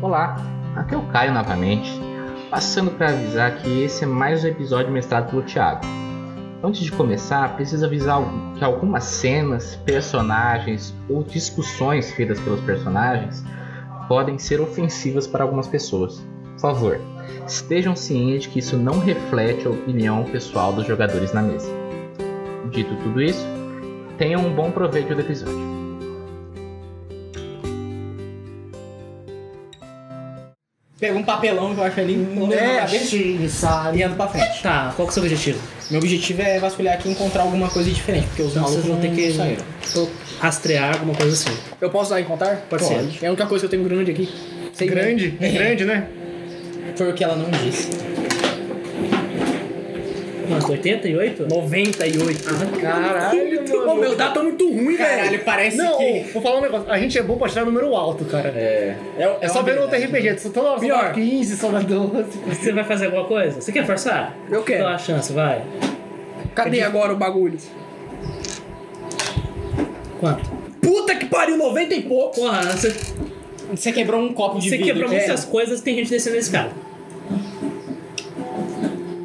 Olá, aqui é o Caio novamente, passando para avisar que esse é mais um episódio mestrado pelo Thiago. Antes de começar, preciso avisar que algumas cenas, personagens ou discussões feitas pelos personagens podem ser ofensivas para algumas pessoas. Por favor, estejam cientes que isso não reflete a opinião pessoal dos jogadores na mesa. Dito tudo isso, tenham um bom proveito do episódio. Pega um papelão que eu acho ali, Hum, pelo menos é. na cabeça, Mestre, e sabe? anda pra frente. Tá, qual que é o seu objetivo? Meu objetivo é vasculhar aqui e encontrar alguma coisa diferente, porque os Então malucos vocês não vão ter Hum. que saíram. rastrear alguma coisa assim. Eu posso dar encontrar? Pode É a única coisa que eu tenho grande aqui. Sem Grande, medo. é grande, né? Foi o que ela não disse. Nossa, 88? 98. Caralho, Ô, meu dado tá muito ruim, Caralho, parece Não, que... vou falar um negócio. A gente é bom pra tirar número alto, cara. É, É, só ver uma no outro RPG. Só toda hora só dá Pior. 15, só dá 12. Você vai fazer alguma coisa? Você quer forçar? Eu quero. Dá uma chance, vai. Cadê agora o bagulho? Quanto? Puta que pariu, 90 e pouco. Porra, você, Você quebrou um copo de você vidro. quebrou é. muitas coisas tem gente descendo a escada.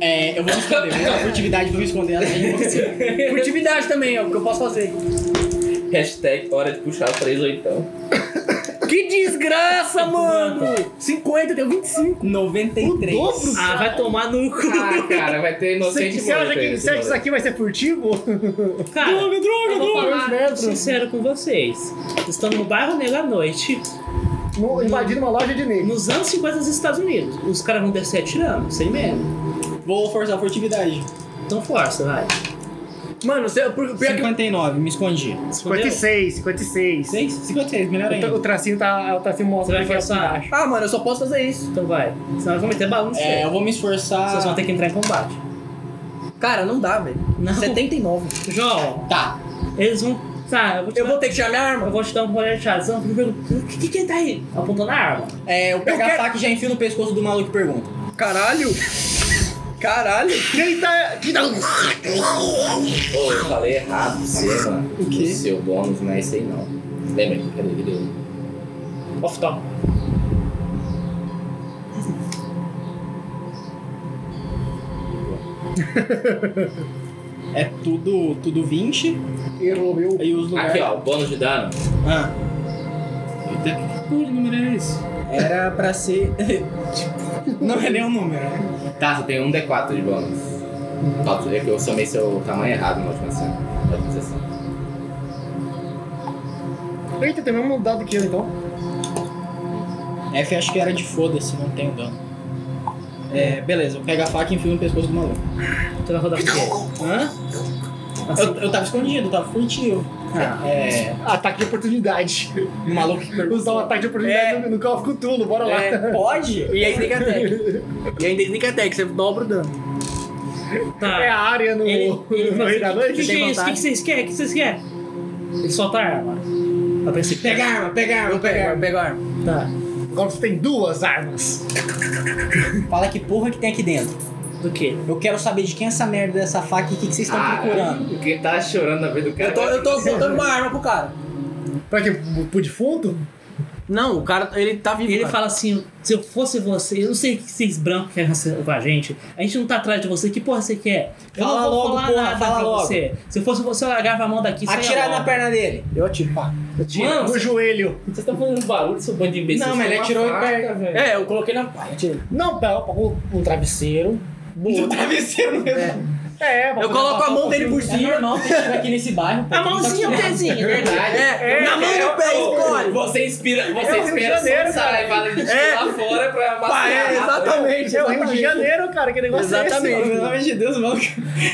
É, eu vou me esconder. Vou usar a furtividade do esconder. ela aí, você. Furtividade também, é o que eu posso fazer. Hashtag hora de puxar três oitão. Que desgraça, mano! 50, deu 25. 93. O dobro? Ah, vai tomar no cu. Ah, cara, vai ter Você, inocente você acha que, você acha que isso aqui vai ser furtivo? Cara, droga, eu vou falar metros. sincero com vocês. Estamos no bairro Negro à noite, No- invadindo uma loja de negro. nos anos 50 dos Estados Unidos. Os caras vão descer atirando, sem medo. Vou forçar a furtividade. Então força, vai. Mano, você, por, 59, me escondi. Escondeu? 56, 56. 6? 56, melhor O, tra- o tracinho tá. O tracinho Você mostra vai como é que é forçar? embaixo. Ah, mano, eu só posso fazer isso. Então vai. Senão eu vou meter balão no seu. É, eu vou me Vocês vão esforçar. ter que entrar em combate. Cara, não dá, velho. Não. 79. João, Tá. eles vão. Tá, eu vou te, Eu dar- vou ter que tirar minha arma. eu vou te dar um rolê de chazão. Eu pergunto, O que, que, que tá aí? Apontando a arma. É, eu pego a faca e já enfio no pescoço do maluco e pergunto. Caralho! Caralho! Ele tá. que tá- Pô, eu falei errado, você, mano. O quê? No Seu bônus, não é isso aí não. Lembra que cadê que deu? Off top. É tudo, tudo 20. Errou, meu. Aí os lugares. Aqui, ó, o bônus de dano. Ah, Eita, que porra de número é era esse? era pra ser. tipo, não é nem um número. né? Tá, você tem um D4 de bônus. Nossa, é que eu somei seu tamanho errado na última cena. assim. Na última sessão. Eita, tem o mesmo dado que eu então. F acho que era de foda-se, não tenho dano. É, beleza, eu pego a faca e enfio no pescoço do maluco. Você vai rodar o quê? Hã? Eu, eu tava escondido, eu tava furtivo. Ah. É. Ataque de oportunidade. O maluco que perguntou. Usar um ataque de oportunidade no, no Call of Cthulhu, bora lá. É, pode? E aí Sneak Attack. E aí Sneak Attack, você dobra o dano. Tá. É a área no, Ele- ele no fala Rei da assim, O que, Noite? que tem é isso? O que, vantagem? que vocês querem? O que vocês querem? Ele solta a arma. A princípio. Pega a arma, pega a arma, pega a arma, pega a arma. Tá. Agora você tem duas armas. Fala que porra que tem aqui dentro. Do quê? Eu quero saber de quem é essa merda dessa faca e o que, que vocês estão procurando. o que tá chorando na vez do cara? Ah. Eu tô, eu tô apontando uma arma pro cara. Pra que? Pro defunto? Não, o cara, ele tá vivo. E ele cara. fala assim: se eu fosse você, eu não sei o que vocês brancos querem com a gente. A gente não tá atrás de você. Que porra você quer? Eu Fala não vou logo, falar porra, nada fala pra logo. você. Se eu fosse você, eu largava a mão daqui. e saía Atirar logo. na perna dele. é Eu atiro, pá. Mano, No joelho. Vocês estão fazendo barulho, seu bando de imbecil. Não, mas ele atirou em perna, velho. É, eu coloquei na pá, atirei. Não, pera, um, um travesseiro. Do travesseiro um mesmo. É, pra Eu poder coloco a passar mão um dele por pouquinho. cima. É normal que estiver aqui nesse bairro. A mãozinha, o pezinho, né? Verdade. É, na mão do pé, escolhe. Você inspira, É você o Rio espera de Janeiro, só sair vale de É. lá fora pra Pá, é, matar. exatamente. É o Rio de Janeiro, cara, que negócio é Exatamente. esse? Pelo amor de Deus, mano.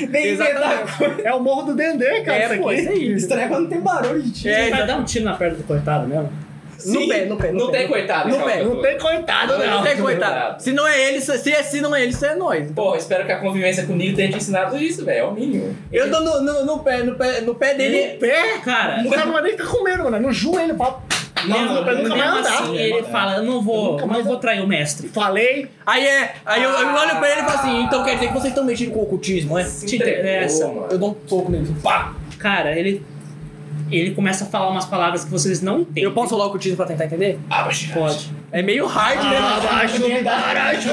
Nem Exatamente. É o Morro do Dendê, cara, isso É, aqui. pô, isso aí. Estranho quando tem barulho de tiro. Você vai dar um tiro na perna do coitado mesmo? no pé, no pé. Não tem coitado, Não calma, tem, Não tem coitado, não. Não tem, Não, coitado. não. Se não é ele, se, se é- se não é ele, isso é nós. Pô, espero que a convivência comigo tenha te ensinado isso, velho. É o mínimo. Eu tô no, no, no pé, no pé, no pé dele. Pé? Cara, É? O cara não vai nem ficar comendo, mano. É No joelho, papo. mesmo, não, ele nunca vai mesmo andar. assim, ele fala: eu não vou, Nunca eu mais não vou trair o mestre. Falei. Aí é, aí eu, eu olho pra ele e falo assim, então quer dizer que vocês estão mexendo com o ocultismo, é? Te interessa. Pô, mano. Eu dou um soco nele, pá! Cara, ele. Ele começa a falar umas palavras que vocês não entendem. Eu posso rolar o ocultismo pra tentar entender? Ah, mas- Pode. É meio hard, né? Abaixo, abaixo,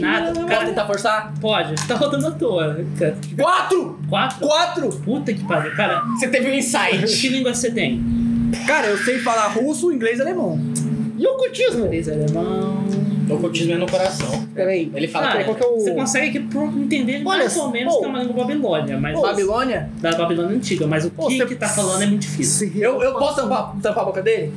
Nada, Pode cara, tentar forçar? pode. Tá rodando à toa. né, cara? Quatro! Quatro? Quatro! Puta que pariu. Cara, Você teve um insight. que língua você tem? Cara, eu sei falar russo, inglês e alemão. E o ocultismo? Inglês, alemão... O cultismo é no coração. Peraí. Ele fala Cara, qual que é o- Você consegue que pro- entender Olha, mais ou menos pô. que é uma língua babilônia, mas Babilônia? da Babilônia antiga, mas o Pô, que você- que tá falando é muito difícil. Eu, eu posso tampar, tampar a boca dele?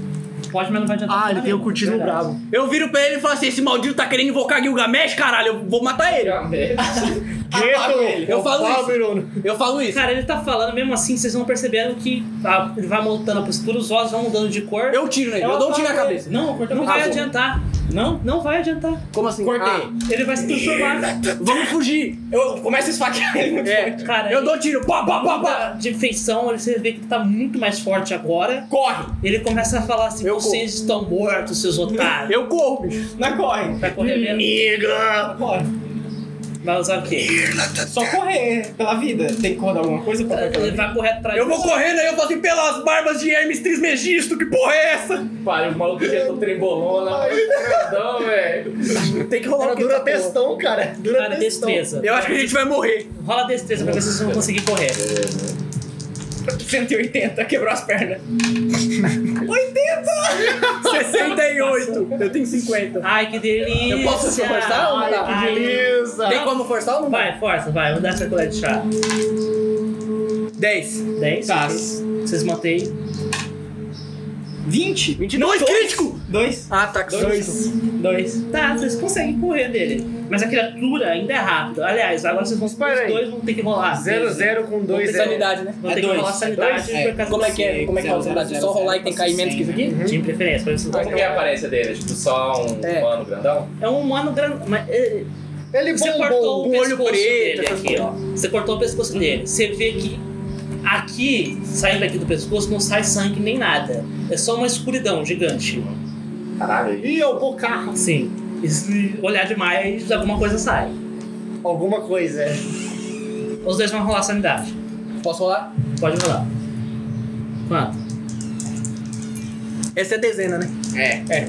Pode, mas não vai adiantar. Ah, nada ele tem o nenhum, ocultismo verdade. bravo. Eu viro pra ele e falo assim: esse maldito tá querendo invocar Gilgamesh, caralho, eu vou matar ele. Gueto, Ah, tá, ele. Eu é o falo isso. Babilônio. Eu falo isso. Cara, ele tá falando, mesmo assim, vocês vão percebendo que a- ele vai montando a postura, os olhos vão mudando de cor. Eu tiro nele, eu, Ela dou um tiro na fala, cabeça. Não, não Ah, a vai boca. adiantar. Não, não vai adiantar. Como assim? Cortei. Ele vai se transformar. Ah, vamos fugir. Eu começo a esfaquear ele muito É, forte. Cara, eu ele- dou tiro. Pá, pá, pá, pá. de feição, ele- você vê que ele tá muito mais forte agora. Corre! Ele começa a falar assim: Eu vocês estão mortos, seus otários. Ah. Eu corro, bicho. Ah, Não corre! Vai correr mesmo? Corre. Vai usar o quê? Só correr pela vida. Tem que rodar alguma coisa Tá, pra Ele vai correr atrás Eu vou correndo aí, eu falo assim, pelas barbas de Hermes Trismegisto, que porra é essa? Pare, o maluco já tão trembolona. Não, velho. Tem que rolar Cara, o quê, dura essa porra? testão, cara. Dura Cara, testão. destreza. Eu acho que a gente vai morrer. Rola destreza pra ver se vocês vão conseguir correr. 180, quebrou as pernas. 68. Eu tenho 50. Ai, que delícia! Eu posso tá? forçar ou não dá? Ai, Que Beleza. Tem como forçar ou não? Vai, força, vai. Vamos dar essa colher de chá. 10. 10. Tá. Vocês mantêm. 20? 22 é crítico! 2? Ah, tá. que susto. 2. Tá, vocês conseguem correr dele. Mas a criatura ainda é rápida. Aliás, agora vocês vão Pera os aí. dois vão ter que rolar. 0-0 com Tem 2-0. sanidade, né? Vão É ter que dois. rolar sanidade É dois? por causa Como do é que é? cem. Como é que é o Zero, sanidade? zero, Só zero, rolar e zero, tem que cair menos que isso aqui? Uhum. De preferência, pra ver se Como que é a aparência dele? É, Tipo, só um É. humano grandão? É um humano grande. mas, é, Ele Você cortou bombou. o com um olho pescoço preto, dele essas aqui, ó. Você cortou o pescoço dele. Você vê que aqui, saindo aqui do pescoço, não sai sangue nem nada. É só uma escuridão gigante. Caralho. Ih, eu vou carro. Sim. E se olhar demais, alguma coisa sai. Alguma coisa. é. Os dois vão rolar sanidade. Posso rolar? Pode rolar. Quanto? Essa é dezena, né? É.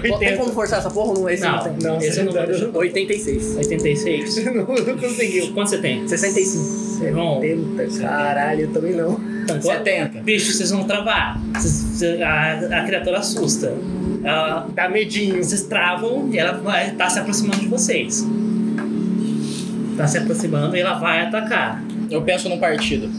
Tem 80. como forçar essa porra ou não? Esse não, Não, tem. Não, tá esse é eu não vou sanidade. deixar. 86. 86. Não, não é conseguiu. Quanto você tem? é 65. Vocês vão. 80. Caralho, eu também não. Tancou? 70. Então, Bicho, vocês vão travar. Vocês- vocês- a, a criatura assusta. Ela, Dá medinho. vocês travam e ela vai, tá se aproximando de vocês. Tá se aproximando e ela vai atacar. Eu penso num partido.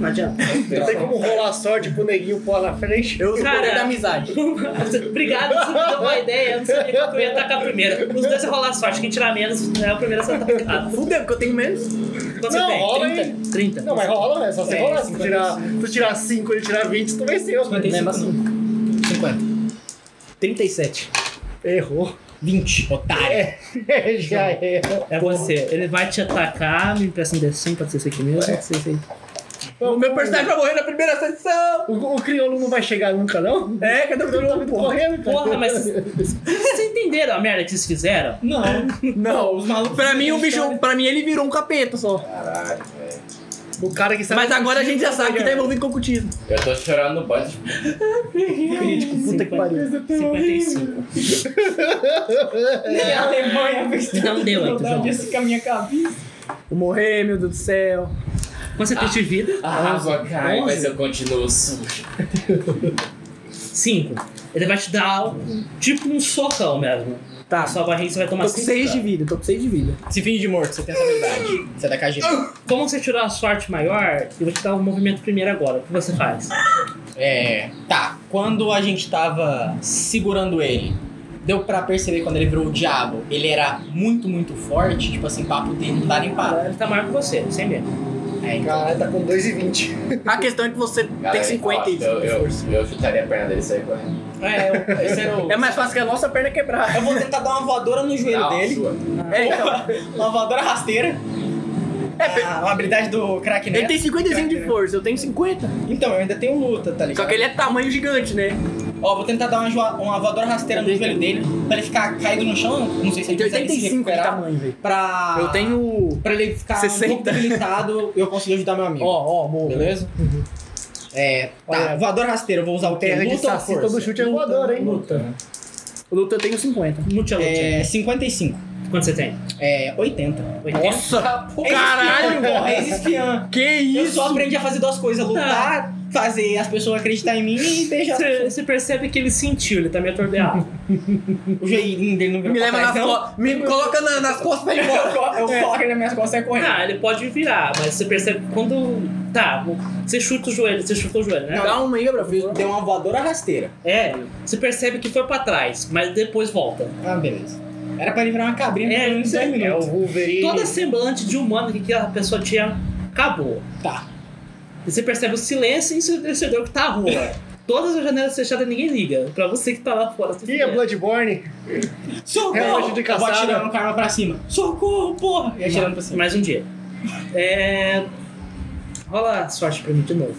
Não adianta. Não tem como rolar sorte pro neguinho pôr lá na frente. Eu Cara. da amizade. Obrigado, você me deu uma ideia. Eu não sabia qual que eu ia atacar primeiro. Os dois é rolar sorte. Quem tirar menos é o primeiro a ser atacado. Fudeu, porque eu tenho menos. Quanto você Não, tem? rola 30? 30. Não, mas rola, né? Só você É, rolar. Se tu 50. tirar, tu tirar 5 ele tirar 20, tu venceu. Mesmo assim. 50. 37. Errou. 20, otário. É, Já errou. É você. Ele vai te atacar. Me empresta um D100, pode ser esse aqui mesmo. Pode ser esse aí. O meu personagem vai morrer na primeira sessão. O, o crioulo não vai chegar nunca, não? É, cadê o Ele tá meu vindo porra? correndo, cara. Porra, mas vocês entenderam a merda que vocês fizeram? Não. Não, os malucos. Pra mim, o bicho, pra mim, ele virou um capeta só. Caralho, velho. O cara que sabe. Mas agora a gente já sabe que tá ganhar. envolvido com o cultismo. Eu tô chorando no banho. tipo, Crítico, puta que pariu. 55. Nem a Alemanha fez Não deu, então, João. Isso com a minha cabeça. Vou morrer, meu Deus do céu. Quanto você tem de Ah, vida? Ah. A água cai, mas Onze? eu continuo sujo. 5. Ele vai te dar um- tipo um socão mesmo. Tá, A sua barriga você vai tomar tô com 5. 6 de vida, tô com 6 de vida. Se finge de morto, você tem essa habilidade. Você é da KG. Como você tirou a sorte maior, eu vou te dar o movimento primeiro agora. O que você faz? É. Tá. Quando a gente tava segurando ele, deu pra perceber quando ele virou o diabo, ele era muito, muito forte. Tipo assim, papo dele não dá nem para. Ele tá maior que você, sem medo. É, então. Caralho, tá com 2,20. A questão é que você tem Galera, 50 e ó, eu, eu, eu chutaria a perna dele e sair correndo. É, eu- esse era o. É mais fácil que a nossa perna quebrar. Eu vou tentar dar uma voadora no joelho Não, dele. sua. É, então. Uma voadora rasteira. É, a, a habilidade do crack Ele Neto. tem 55 de força, eu tenho 50. Então, eu ainda tenho luta, tá ligado? Só que ele é tamanho gigante, né? Ó, vou tentar dar uma, joa- uma voadora rasteira no joelho dele, pra ele ficar caído no chão. Não sei se Ele ele tem consegue se 85 de recuperar. tamanho, velho. Pra... Eu tenho. Pra ele ficar um 60. pouco debilitado, eu consegui ajudar meu amigo. Ó, ó, amor. Beleza? É, tá, Uhum. Olha, voador rasteiro, eu vou usar o quê? Terra de Luta ou saci, força? todo chute é voador, hein? Luta. O Luta eu tenho 50. Multi luta. É, 55. Quanto você tem? É, 80. 80? Nossa! É espiã, Caralho! porra, é espiã. Que Eu isso? só aprendi a fazer duas coisas, lutar, fazer as pessoas acreditar em mim e beijar. as Você pessoas. você percebe que ele sentiu, ele tá meio atordoado. O joelhinho dele não virou Me pra leva trás, nas não. costas. Me coloca na- nas costas pra ir embora. Eu co- Eu É. coloco ele nas minhas costas e correndo. Ah, ele pode virar, mas você percebe que quando. Tá, você chuta o joelho, você chutou o joelho, né? Dá uma aí, Gabriel. Deu uma voadora rasteira. É, você percebe que foi pra trás, mas depois volta. Ah, beleza. Era pra ele virar uma cabrinha É, por uns isso dois aí, É o minutos. Wolverine. Toda semblante de humano que aquela pessoa tinha acabou. Tá. E você percebe o silêncio ensurdecedor que tá à rua. Todas as janelas fechadas, ninguém liga. Pra você que tá lá fora. você E a fica- é Bloodborne? É, Socorro! Relógio É de Eu vou caçada. atirando o cara pra cima. Socorro, porra! E atirando pra cima. Mais um dia. É. Rola a sorte pra mim de novo.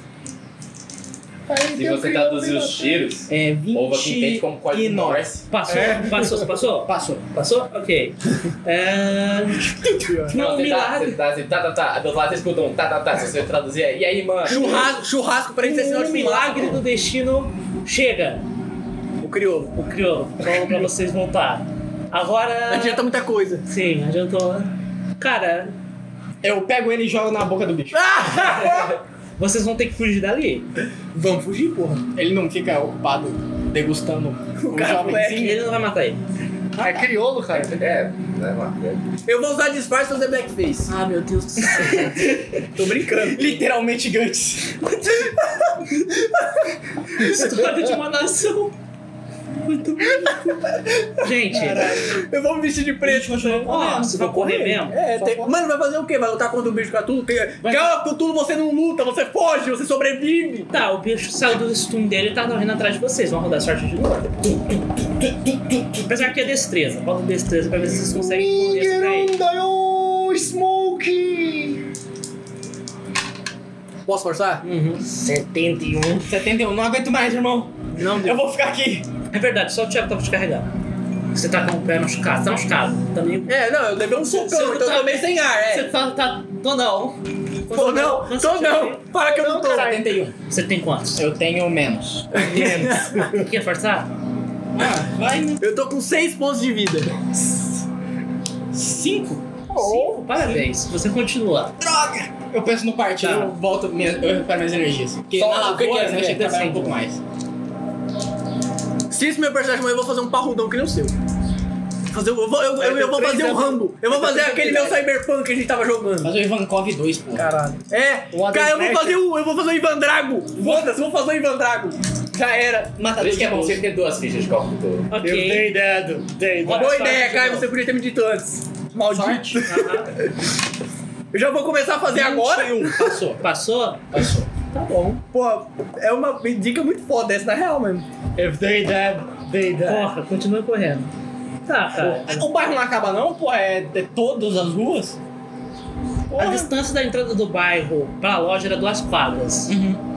Se você traduzir os tiros, É, ou você entende como código 29. Morse. Passou? Passou? Passou? Passou. Passou? Ok. É... Não, você tá, milagre. você tá assim, tá, tá, tá. Do outro lado você escuta um tá, tá, tá. Se você traduzir, é, e aí, mano? Churrasco, churrasco pra gente ter sinal O de milagre milagre. do destino chega. O crioulo. O crioulo. Falou pra vocês voltar. Não Agora. adianta muita coisa. Sim, adiantou. Cara, Eu pego ele e jogo na boca do bicho. vocês vão ter que fugir dali. Vamos fugir, porra. Ele não fica ocupado degustando um o cara jovenzinho. É, Ele não vai matar ele. É crioulo, cara. É, né, mano? Eu vou usar disfarce e fazer blackface. Ah, meu Deus do céu. Tô brincando. Literalmente Guts. História de uma nação. Muito bom. Gente, Eu vou me vestir de preto. ó, você vai correr mesmo? É, Só tem- pode- Mano, vai fazer o quê? Vai lutar contra o bicho catulo? Que... Calma, catulo você não luta, você foge, você sobrevive. Tá, o bicho saiu do stun dele e tá correndo atrás de vocês. Vão rodar sorte de novo. Apesar que é destreza. Falta destreza pra ver se vocês conseguem correr isso daí. Ganhou Smoke! Posso forçar? Uhum. 71, não aguento mais, irmão. Não, Eu vou ficar aqui. É verdade, só o Thiago tava te carregando. Você tá com o pé machucado, você tá machucado. Tá meio. É, não, eu levei um Você socão, não então tá- eu tomei sem ar, Você é. tá. tá... Tô não. Tô não, tô não. Para que eu não tô. caralho. 71. Você tem quantos? Eu tenho menos. Quer forçar? Ah, vai, né? Eu tô com 6 pontos de vida. 5? Sim, parabéns. Você continua. Eu penso no partido, Tá. eu volto, minha, eu recupero minhas energias. Porque Só- na o que que é lavoura, essa né, tinha ideia? que trabalhar um pouco mais. Se esse meu personagem morrer, eu vou fazer um parrudão que nem o seu. Fazer, eu vou, eu, eu, eu vou fazer um Rambo. Eu vou fazer aquele meu cyberpunk que a gente tava jogando. Mas o Ivankov 2, pô. Caralho. É, O Adam cara, eu vou Smasher. fazer o. Eu vou fazer o Ivan Drago. Foda-se, eu vou fazer o Ivan Drago. Já era. Mata Por dos isso que que é é bom bom. você ter duas fichas de computador. Eu Ok. dei dedo, Roda dei dedo. a Boa sorte ideia, de Caio, novo. você podia ter me dito antes. Maldito. Sorte. Aham. Eu já vou começar a fazer agora. 21, Passou. Passou? Passou. Tá bom. Pô, é uma dica muito foda essa, na real mesmo. If they dead, they dead. Porra, continua correndo. Tá, cara. O bairro não acaba não, pô? É, é todas as ruas? A Porra. distância da entrada do bairro pra loja era duas quadras. Uhum.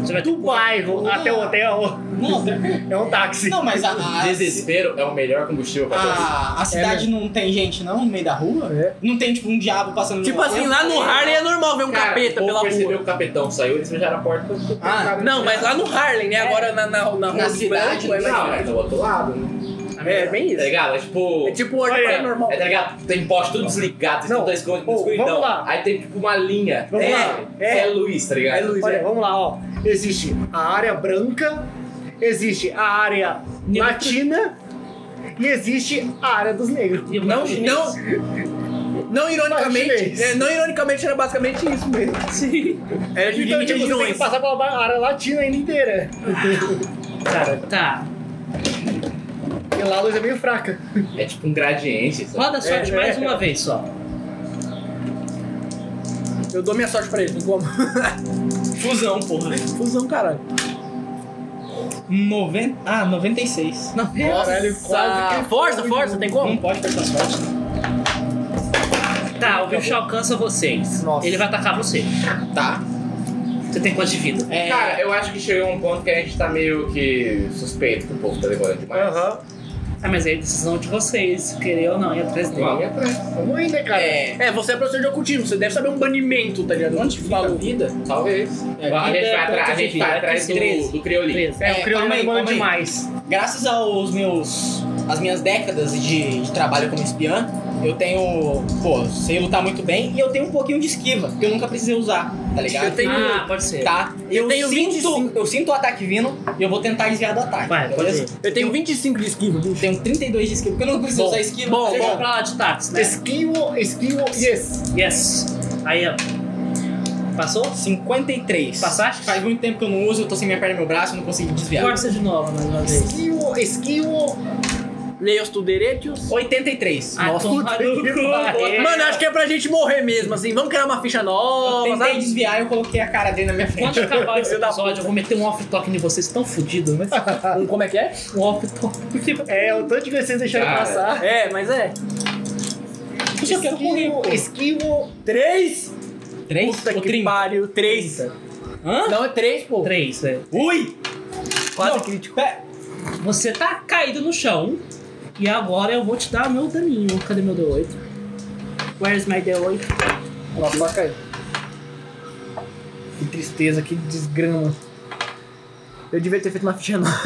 Você vai ter Do que- bairro até o hotel Não, tranquilo. é um táxi. Não, mas a... a Ah, Desespero é o melhor combustível pra todos. A, a cidade É, né? não tem gente não no meio da rua? É. Não tem tipo um diabo passando Tipo no assim, lá no Harlem é normal ver um Cara, capeta o povo pela percebeu rua. que o capetão saiu, eles fecharam a porta. Ah, Não, mas lá no Harlem, né? Agora na, na, na, rua de cidade, Branco, é mais- É. Não, é do outro lado, né? É, bem Tá isso. ligado? É tipo... É tipo o ordem É, paranormal. é, tá ligado? Tem poste tudo desligado, vocês Não. tudo tá escondido, Ô, escuridão. vamos lá. Aí tem tipo uma linha. Vamos é, lá. É. É. Luiz, tá ligado? É Luiz, Olha, é. vamos lá, ó. Existe a área branca, existe a área latina e existe a área dos negros. E o Não, bairro chinês. não, não ironicamente, Chinês. é, não ironicamente era basicamente isso mesmo. É, Sim. Era de Então, tipo, você tem divisões. que passar pela área latina ainda inteira. Cara, tá. Porque lá a luz é meio fraca. É tipo um gradiente. sabe? Roda a sorte É, mais é. uma vez só. Eu dou minha sorte pra ele, não como. Ah, Fusão, porra. Fusão, caralho. 90... Ah, 96. Não, Caralho, quase que- um Força, força, tem Não como? pode perder sorte. Tá, o bicho alcança vocês. Nossa. Ele vai atacar você. Tá. Você tem quanto de vida? É, Cara, eu acho que chegou um ponto que a gente tá meio que suspeito que o povo tá demorando demais. Ah, mas aí é decisão de vocês, querer ou não, ir atrás dele. Vamos atrás. Vamos ainda, cara. É. É, você é professor de ocultismo, você deve saber um banimento, tá ligado? Onde fica a vida? Talvez. É, a gente vida vai atrás, a gente vai ponto de atrás vida, do, do Creolito. Beleza. É, o crioulo calma aí, demora calma aí. demais. Graças aos meus. as minhas décadas de, de trabalho como espiã, eu tenho. Pô, sei lutar muito bem e eu tenho um pouquinho de esquiva, que eu nunca precisei usar, tá ligado? Eu tenho- Ah, pode ser. Tá? Eu Eu, tenho sinto, 25. eu sinto o ataque vindo e eu vou tentar desviar do ataque. Vai, pode beleza? ser. Eu tenho 25 de esquiva, bicho. Tenho 32 de esquiva, porque eu não preciso Bom, usar esquiva. bom, seja Deixa bom. pra lá de táxi, né? Esquivo, esquivo, yes. Yes. Aí, ó. Passou? 53. Passaste? Faz muito tempo que eu não uso, eu tô sem minha perna e meu braço, eu não consigo desviar. Força de novo, mais uma vez. Esquivo, esquivo. Leos tu direitos. 83. Ah, Nossa, tomar puta no que cu, pariu. bota- Mano, acho que é pra gente morrer mesmo, assim. Vamos criar uma ficha Eu nova, tentei sabe? desviar e eu coloquei a cara dele na minha frente. Quando acabar esse Filho da episódio, eu vou meter um off-talk em vocês tão fodido, mas Ah. Um, como é que é? um off-talk. Porque É, o tanto que vocês deixaram Cara. passar. É, mas é. Isso eu quero correr, pô. Esquivo, esquivo. 3? Três? Puta Ou que trinta? pariu. 3. Hã? Não, é 3, pô. Três, é. Ui! Quase Não, crítico. pera. Você tá caído no chão. E agora eu vou te dar meu daninho. Cadê meu D8? Where's my D8? Nossa, vai cair. Que tristeza, que desgrama. Eu devia ter feito uma ficha nova.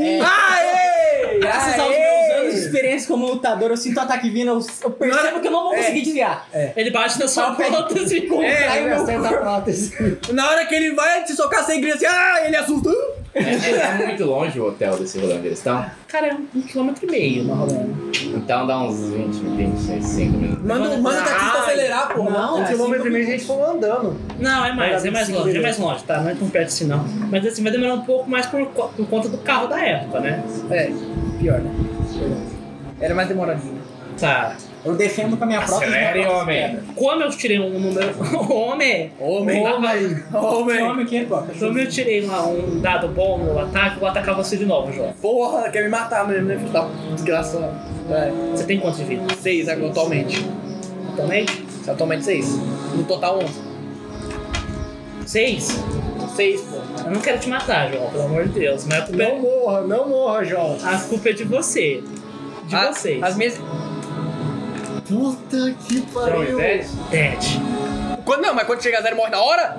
É, Aê! graças aos meus anos de experiência como lutador, eu sinto o ataque vindo, eu, eu percebo que eu não É, vou conseguir desviar. Ele bate na sua assim. Tá bem. prótese e com- É, Aí eu o meu acerto a corpo- Na hora que ele vai te socar, você grita assim, ah, ele assusta. É, é muito longe o hotel desse rolê onde eles estão. Cara, é um um quilômetro e meio na rolando. Então dá uns 20, 25 minutos. Manda, um- manda o taxista Ai, acelerar, pô. Um não, é, quilômetro e meio a gente foi andando. Não, é mais, é mais Maravilha. longe, é mais longe, tá? Não é tão perto assim não. Mas assim, vai demorar um pouco mais por, co- por conta do carro da época, né? É, pior, né? Era mais demoradinho. Tá. Eu defendo com a minha própria. Acelere, minha homem. própria Como eu tirei um número. Homem! Homem. pedra. Homem. Homem aqui, pô. Como eu tirei uma- um dado bom no ataque, eu vou atacar você de novo, João. Porra, quer me matar mesmo, né? filho da desgraçado. É, Você tem quanto de vida? seis agora, atualmente. Também? Atualmente seis. No total, onze. Seis? Seis, pô. Eu não quero te matar, João, pelo amor de Deus. Mas a culpa, Não é, morra, não morra, João. a culpa é de você. De A- vocês. Ah, As minhas... Puta que São os pariu. 10? Tete. Quando, não, mas quando chega a zero, morre na hora?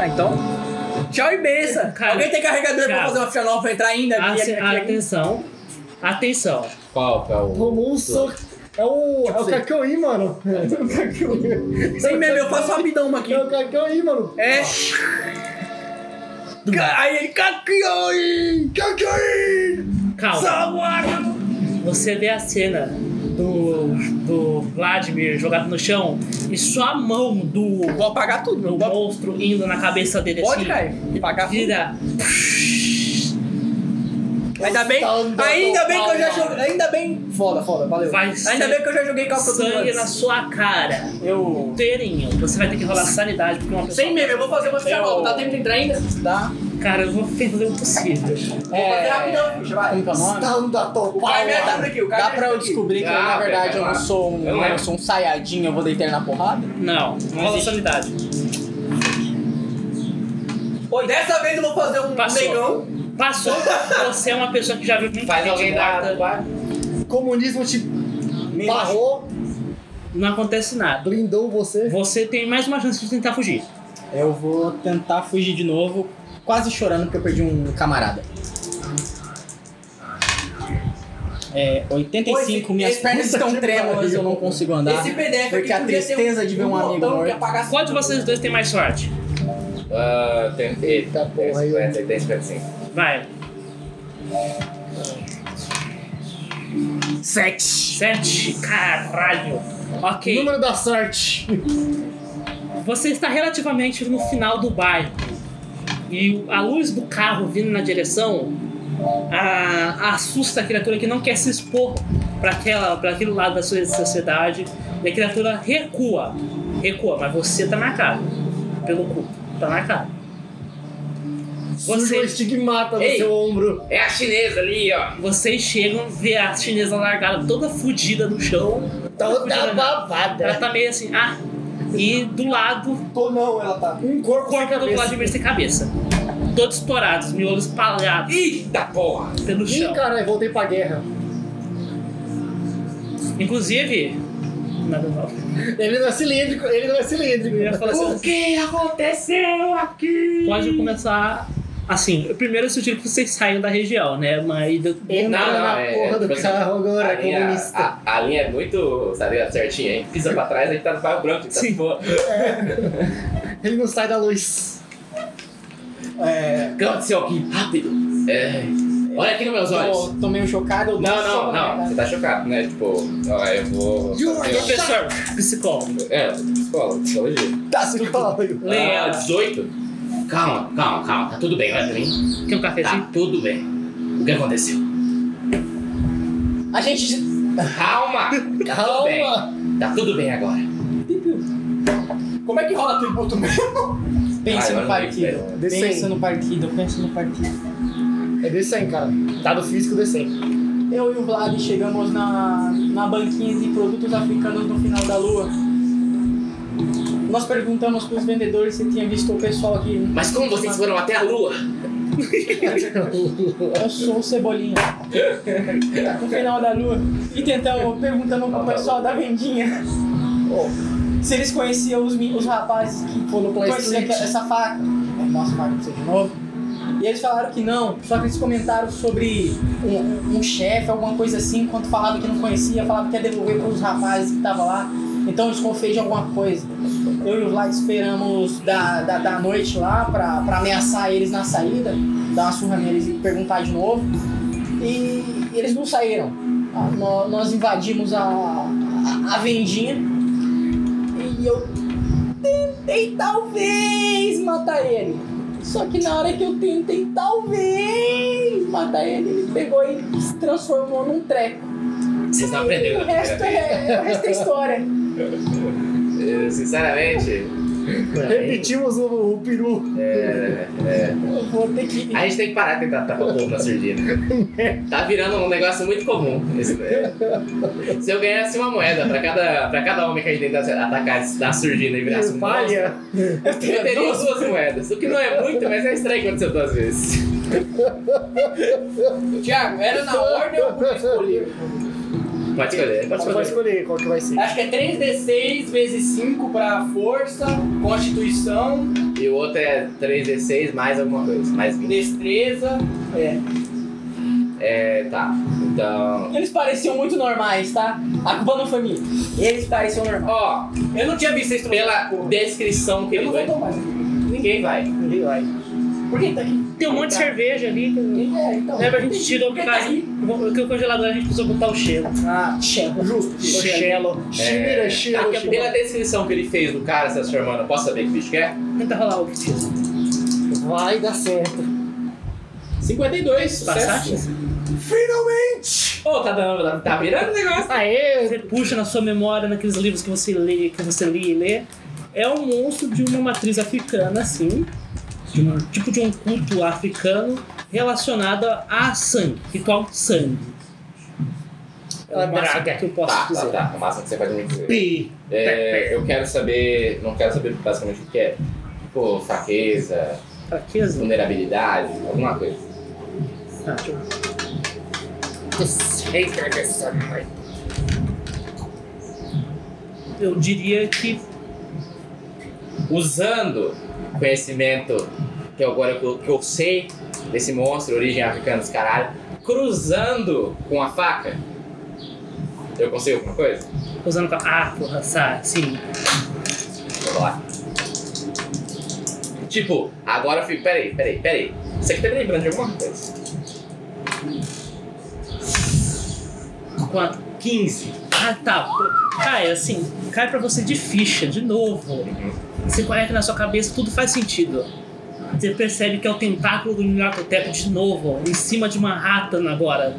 Ah, então... Tchau e benção. Cara, Alguém tem carregador pra cara. fazer uma ficha nova pra entrar ainda? A- Ah, Aqui, É, aqui, um- aqui, aqui. Atenção. Atenção. Qual que é o. Tomou um soco. É o. É o Sei. Kakyoin, mano. É o Kakyoin. Sem meme, eu faço rapidão uma aqui. É o Kakyoin, mano. É. Ca- Aí ele. Kakioi! Kakioi! Calma. Sawa! Você vê a cena do, do Vladimir jogado no chão e sua mão do, Vou apagar tudo, do meu. Vou- monstro indo na cabeça dele Pode assim. cair. Apagar tudo. Vira. Ainda bem. Tá Stand up, Ainda bem que eu já palma. joguei. Ainda bem. Foda, foda, valeu. Vai Ainda sangue- bem que eu já joguei Call of Duty Sangue na antes. sua cara. Eu. Inteirinho. Você vai ter que rolar sanidade porque uma pessoa. Sem meme, eu vou fazer uma ficha nova. Dá tempo de entrar ainda? Dá. Cara, eu vou fazer o possível. Vou fazer É, rapidão, ficha, vai. Como que é o nome? Stand O cara me ajuda up, aqui, o cara Dá me pra eu ajuda aqui. descobrir que eu, na Ah, verdade pera, eu não lá. sou um. Eu Eu, é. lembro. sou um saiadinho, eu vou deitar ele na porrada? Não, rola existe. sanidade. Oi, Dessa vez eu vou fazer um Passou. negão. Passou, você é uma pessoa que já viu muita Faz gente alguém dar morta. Comunismo te barrou, Não acontece nada. blindou você. Você tem mais uma chance de tentar fugir. Eu vou tentar fugir de novo, quase chorando porque eu perdi um camarada. É, 85, Esse- minhas esse- pernas puta estão que trêmulas, pariu. eu não consigo andar. Esse PDF porque a aqui podia ter tristeza de ver um amigo botão que morto. apagasse Qual de tudo. vocês dois tem mais sorte? Ah, tem. Eita porra, aí, ó. 50, tem 55. Vai. Sete. Sete. Caralho. Ok. Número da sorte. Você está relativamente no final do bairro. E a luz do carro vindo na direção a- assusta a criatura que não quer se expor para aquele lado da sua sociedade. E a criatura recua. Recua, mas você tá na cara. Pelo cu. Tá na cara. Suja o um estigmata no Ei. seu ombro. É a chinesa né? ali, ó. Vocês chegam, vê a chinesa largada toda fudida no chão. Toda Tá fudida, né? Ela babada. tá meio assim, ah. E do lado, Tô não, ela tá. Um corpo o corpo do cabeça. Vladimir sem cabeça. todos estourados, miolos espalhados Eita porra! pelo Ih, chão. caralho, voltei pra guerra. Inclusive. Nada mal. Ele não é cilíndrico, ele não é cilíndrico. Eu ia falar assim, que aconteceu aqui? pode começar. Assim, primeiro eu sugiro que vocês saiam da região, né? Mas. Entra Não, não, na é, porra tipo do assim, carro A agora, linha, comunista. a, a linha é muito, sabe, certinha, hein? Pisa pra trás, a gente tá no bairro branco, a gente tá Sim. boa. Ele não sai da luz. É, O que aconteceu aqui? Rápido! É. Olha aqui nos meus olhos! tô, tô um meio chocado. eu disse só Não, não, pra não, galera. você tá chocado, né? Tipo, ó, eu vou. fazer Professor, psicólogo. um- É, escola, psicologia. Tá psicólogo. Leia. Ah, 18? Calma, calma, calma, tá tudo bem, olha pra mim. Quer um cafezinho? Tá tudo bem. O que aconteceu? A gente. Calma! Tá tudo bem. Calma. Tá tudo bem agora. Como é que rola tributo mesmo? Ah, Pensa eu no não partido. lembro, velho. Pensa no partido, pensa no partido. É D100, cara. Dado físico D100. Eu e o Vlad chegamos na, na banquinha de produtos africanos no final da lua. Nós perguntamos pros vendedores se tinha visto o pessoal aqui. Mas como vocês foram até a lua? Eu sou o Cebolinha. No final da lua. E tentamos, perguntando pro pessoal da vendinha Oh. se eles conheciam os, men- os rapazes que Foram pra conheciam Street. aquela- essa faca. Eu mostro a faca pra você de novo. E eles falaram que não, só que eles comentaram sobre um, um chefe, alguma coisa assim, enquanto falava que não conhecia, falava que ia devolver pros rapazes que estavam lá. Então eu desconfiei de alguma coisa. Eu e o Vlad esperamos da, da, da noite lá pra, pra ameaçar eles na saída, dar uma surra neles e perguntar de novo. E eles não saíram. Ah, nó- Nós invadimos a, a, a vendinha e eu tentei talvez matar ele. Só que na hora que eu tentei talvez matar ele, ele pegou e se transformou num treco. Vocês não E aprenderam o na primeira resto é, o resto é história. Eu, sinceramente. é. Repetimos o, o peru. É, é. Eu vou ter que. A gente tem que parar de tentar tapar o povo na surdina. É. Tá virando um negócio muito comum. esse- é. Se eu ganhasse uma moeda pra cada, pra cada homem que a gente tentasse atacar da surdina e virasse um monstro, Palha. eu teria duas moedas. O que não é muito, mas é estranho quando aconteceu duas vezes. Tiago, era na ordem ou podia escolher? Pode escolher, pode Você vai escolher. escolher qual que vai ser. Acho que é 3D6 vezes 5 pra força, constituição, E o outro é 3d6 mais alguma coisa, mais 20. destreza. É. É, tá. Então. Eles pareciam muito normais, tá? A culpa não foi minha. Eles pareciam normais. Ó, Eu não tinha visto vocês pela descrição que Eu ele não vou vai. tomar. Ninguém vai. Ninguém vai. Por que tá aqui? Tem um monte de cerveja ali. que- É, então. Lembra, a gente tirou o Por que tá carinho. aqui? Porque o congelador a gente precisou botar o cheiro. Ah, Chega. justo. É. Chelo. Chimira, chelo. Aqui, Ah, pela descrição que ele fez do cara se transformando, eu posso saber que bicho que é? Tenta rolar o que precisa. Vai dar certo. 52, Tá sucesso. Passaste? Finalmente! Ô, tá dando, tá virando o né? negócio. Aê! Você puxa na sua memória, naqueles livros que você lê, que você lê e lê. É um monstro de uma matriz africana, assim. De um tipo de um culto africano relacionado a sangue, ritual de sangue. É Ela o máximo draga. que eu posso Tá, tá, dizer. tá. O máximo que você pode me dizer. Pi. É, eu quero saber, não quero saber basicamente o que é. Tipo, fraqueza, Fraqueza? vulnerabilidade, alguma coisa. Ah, deixa eu ver. Eu diria que Usando o conhecimento que agora eu, que eu sei desse monstro, origem africana dos caralho, cruzando com a faca, eu consigo alguma coisa? usando com a ah, porra, sa- sim. Vamos lá. Tipo, agora eu fico. Peraí, peraí, peraí. Isso aqui tá me lembrando de alguma coisa. Quanto? 15. Ah, tá. Cai, assim, cai pra você de ficha, de novo. Você conecta na sua cabeça, tudo faz sentido. Você percebe que é o tentáculo do Nyarlathotep de novo, em cima de uma rata agora.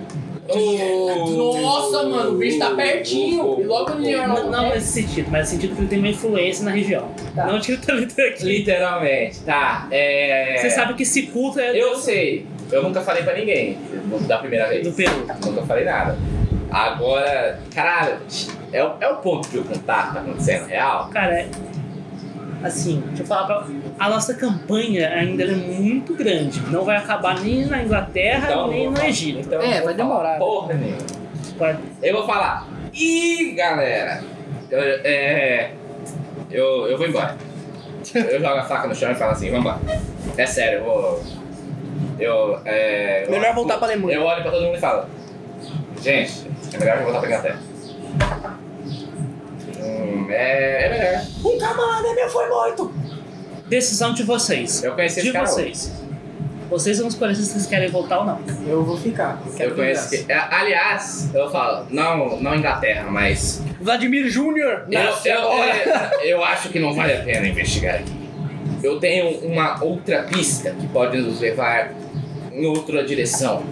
Nossa, mano, o bicho tá pertinho. E logo no dia- Não, não nesse sentido, mas no sentido que ele tem uma influência na região. Tá. Não tira tanto aqui. Literalmente, tá. É. Você sabe que esse culto é Eu sei. Eu nunca falei pra ninguém da primeira vez. do Peru. Nunca falei nada. Agora, caralho, é, o- é o ponto de eu contar que tá acontecendo real? Cara, é- assim, deixa eu falar pra. a nossa campanha ainda ela é muito grande. Não vai acabar nem na Inglaterra, Então, nem eu no falo. Egito. Então, É, eu vou vai falar demorar. Porra, nenhuma. Vai- Eu vou falar. Ih, galera. Eu, é, eu, eu vou embora. Eu jogo a faca no chão e falo assim, vambora. É sério, eu vou. Eu. É, eu- Melhor voltar pra Alemanha. Eu olho pra todo mundo e falo. Gente, é melhor eu voltar pra Inglaterra. Hum, é, é melhor. Um camarada meu foi morto! Decisão de vocês. Eu conheci de esse cara hoje. vocês. Vocês vão escolher se vocês querem voltar ou não. Eu vou ficar. quero Eu conheço. vingança. que- Aliás, eu falo, não, não Inglaterra, mas Vladimir Júnior. Eu, nasce eu- agora. é, eu acho que não vale a pena investigar aqui. Eu tenho uma outra pista que pode nos levar em outra direção.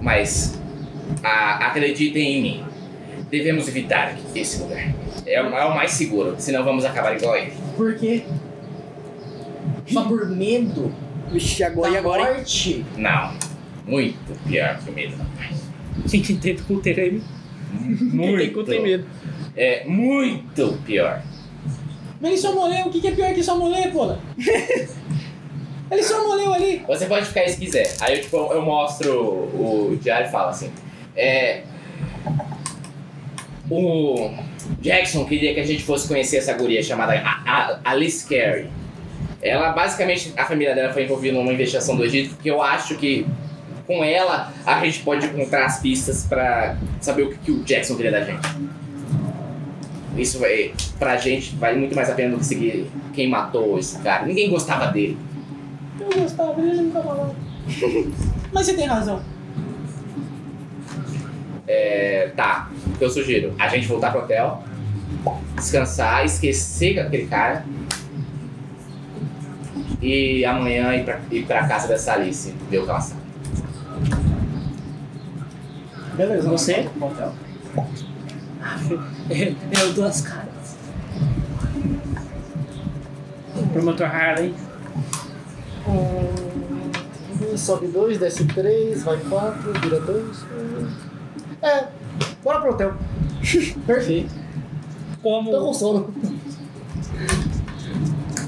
Mas a- acreditem em mim. Devemos evitar esse lugar. É, o- é o mais seguro, senão vamos acabar igual ele. Por quê? Só por medo Vixe, agora e da agora, hein? morte? Não. Muito pior que o medo, rapaz. Quem que tem com o terreno? Quem tem cu tem Muito. medo. É muito pior. Mas ele só moleu, o que, que é pior que só moleu, pô? ele só moleu ali. Você pode ficar aí se quiser. Aí eu, tipo, eu mostro o, o diário e falo assim. É. O Jackson queria que a gente fosse conhecer essa guria chamada A- A- Alice Carey. Ela basicamente, a família dela foi envolvida numa investigação do Egito, que eu acho que com ela a gente pode encontrar as pistas pra saber o que, que o Jackson queria da gente. Isso vai, pra gente vale muito mais a pena do que seguir quem matou esse cara. Ninguém gostava dele. Eu gostava, ele nunca falava. Mas você tem razão. É, tá, o que eu sugiro? A gente voltar pro hotel, descansar, esquecer aquele cara. E amanhã ir pra, ir pra casa dessa Alice, ver o que ela sabe. Beleza. Você? vamos pro hotel. Ah, Eu dou as caras. Promotor Harley. Hum, Sobe 2, desce 3, vai 4, vira 2. É, bora pro hotel. Perfeito. Tô Então, com Como sono.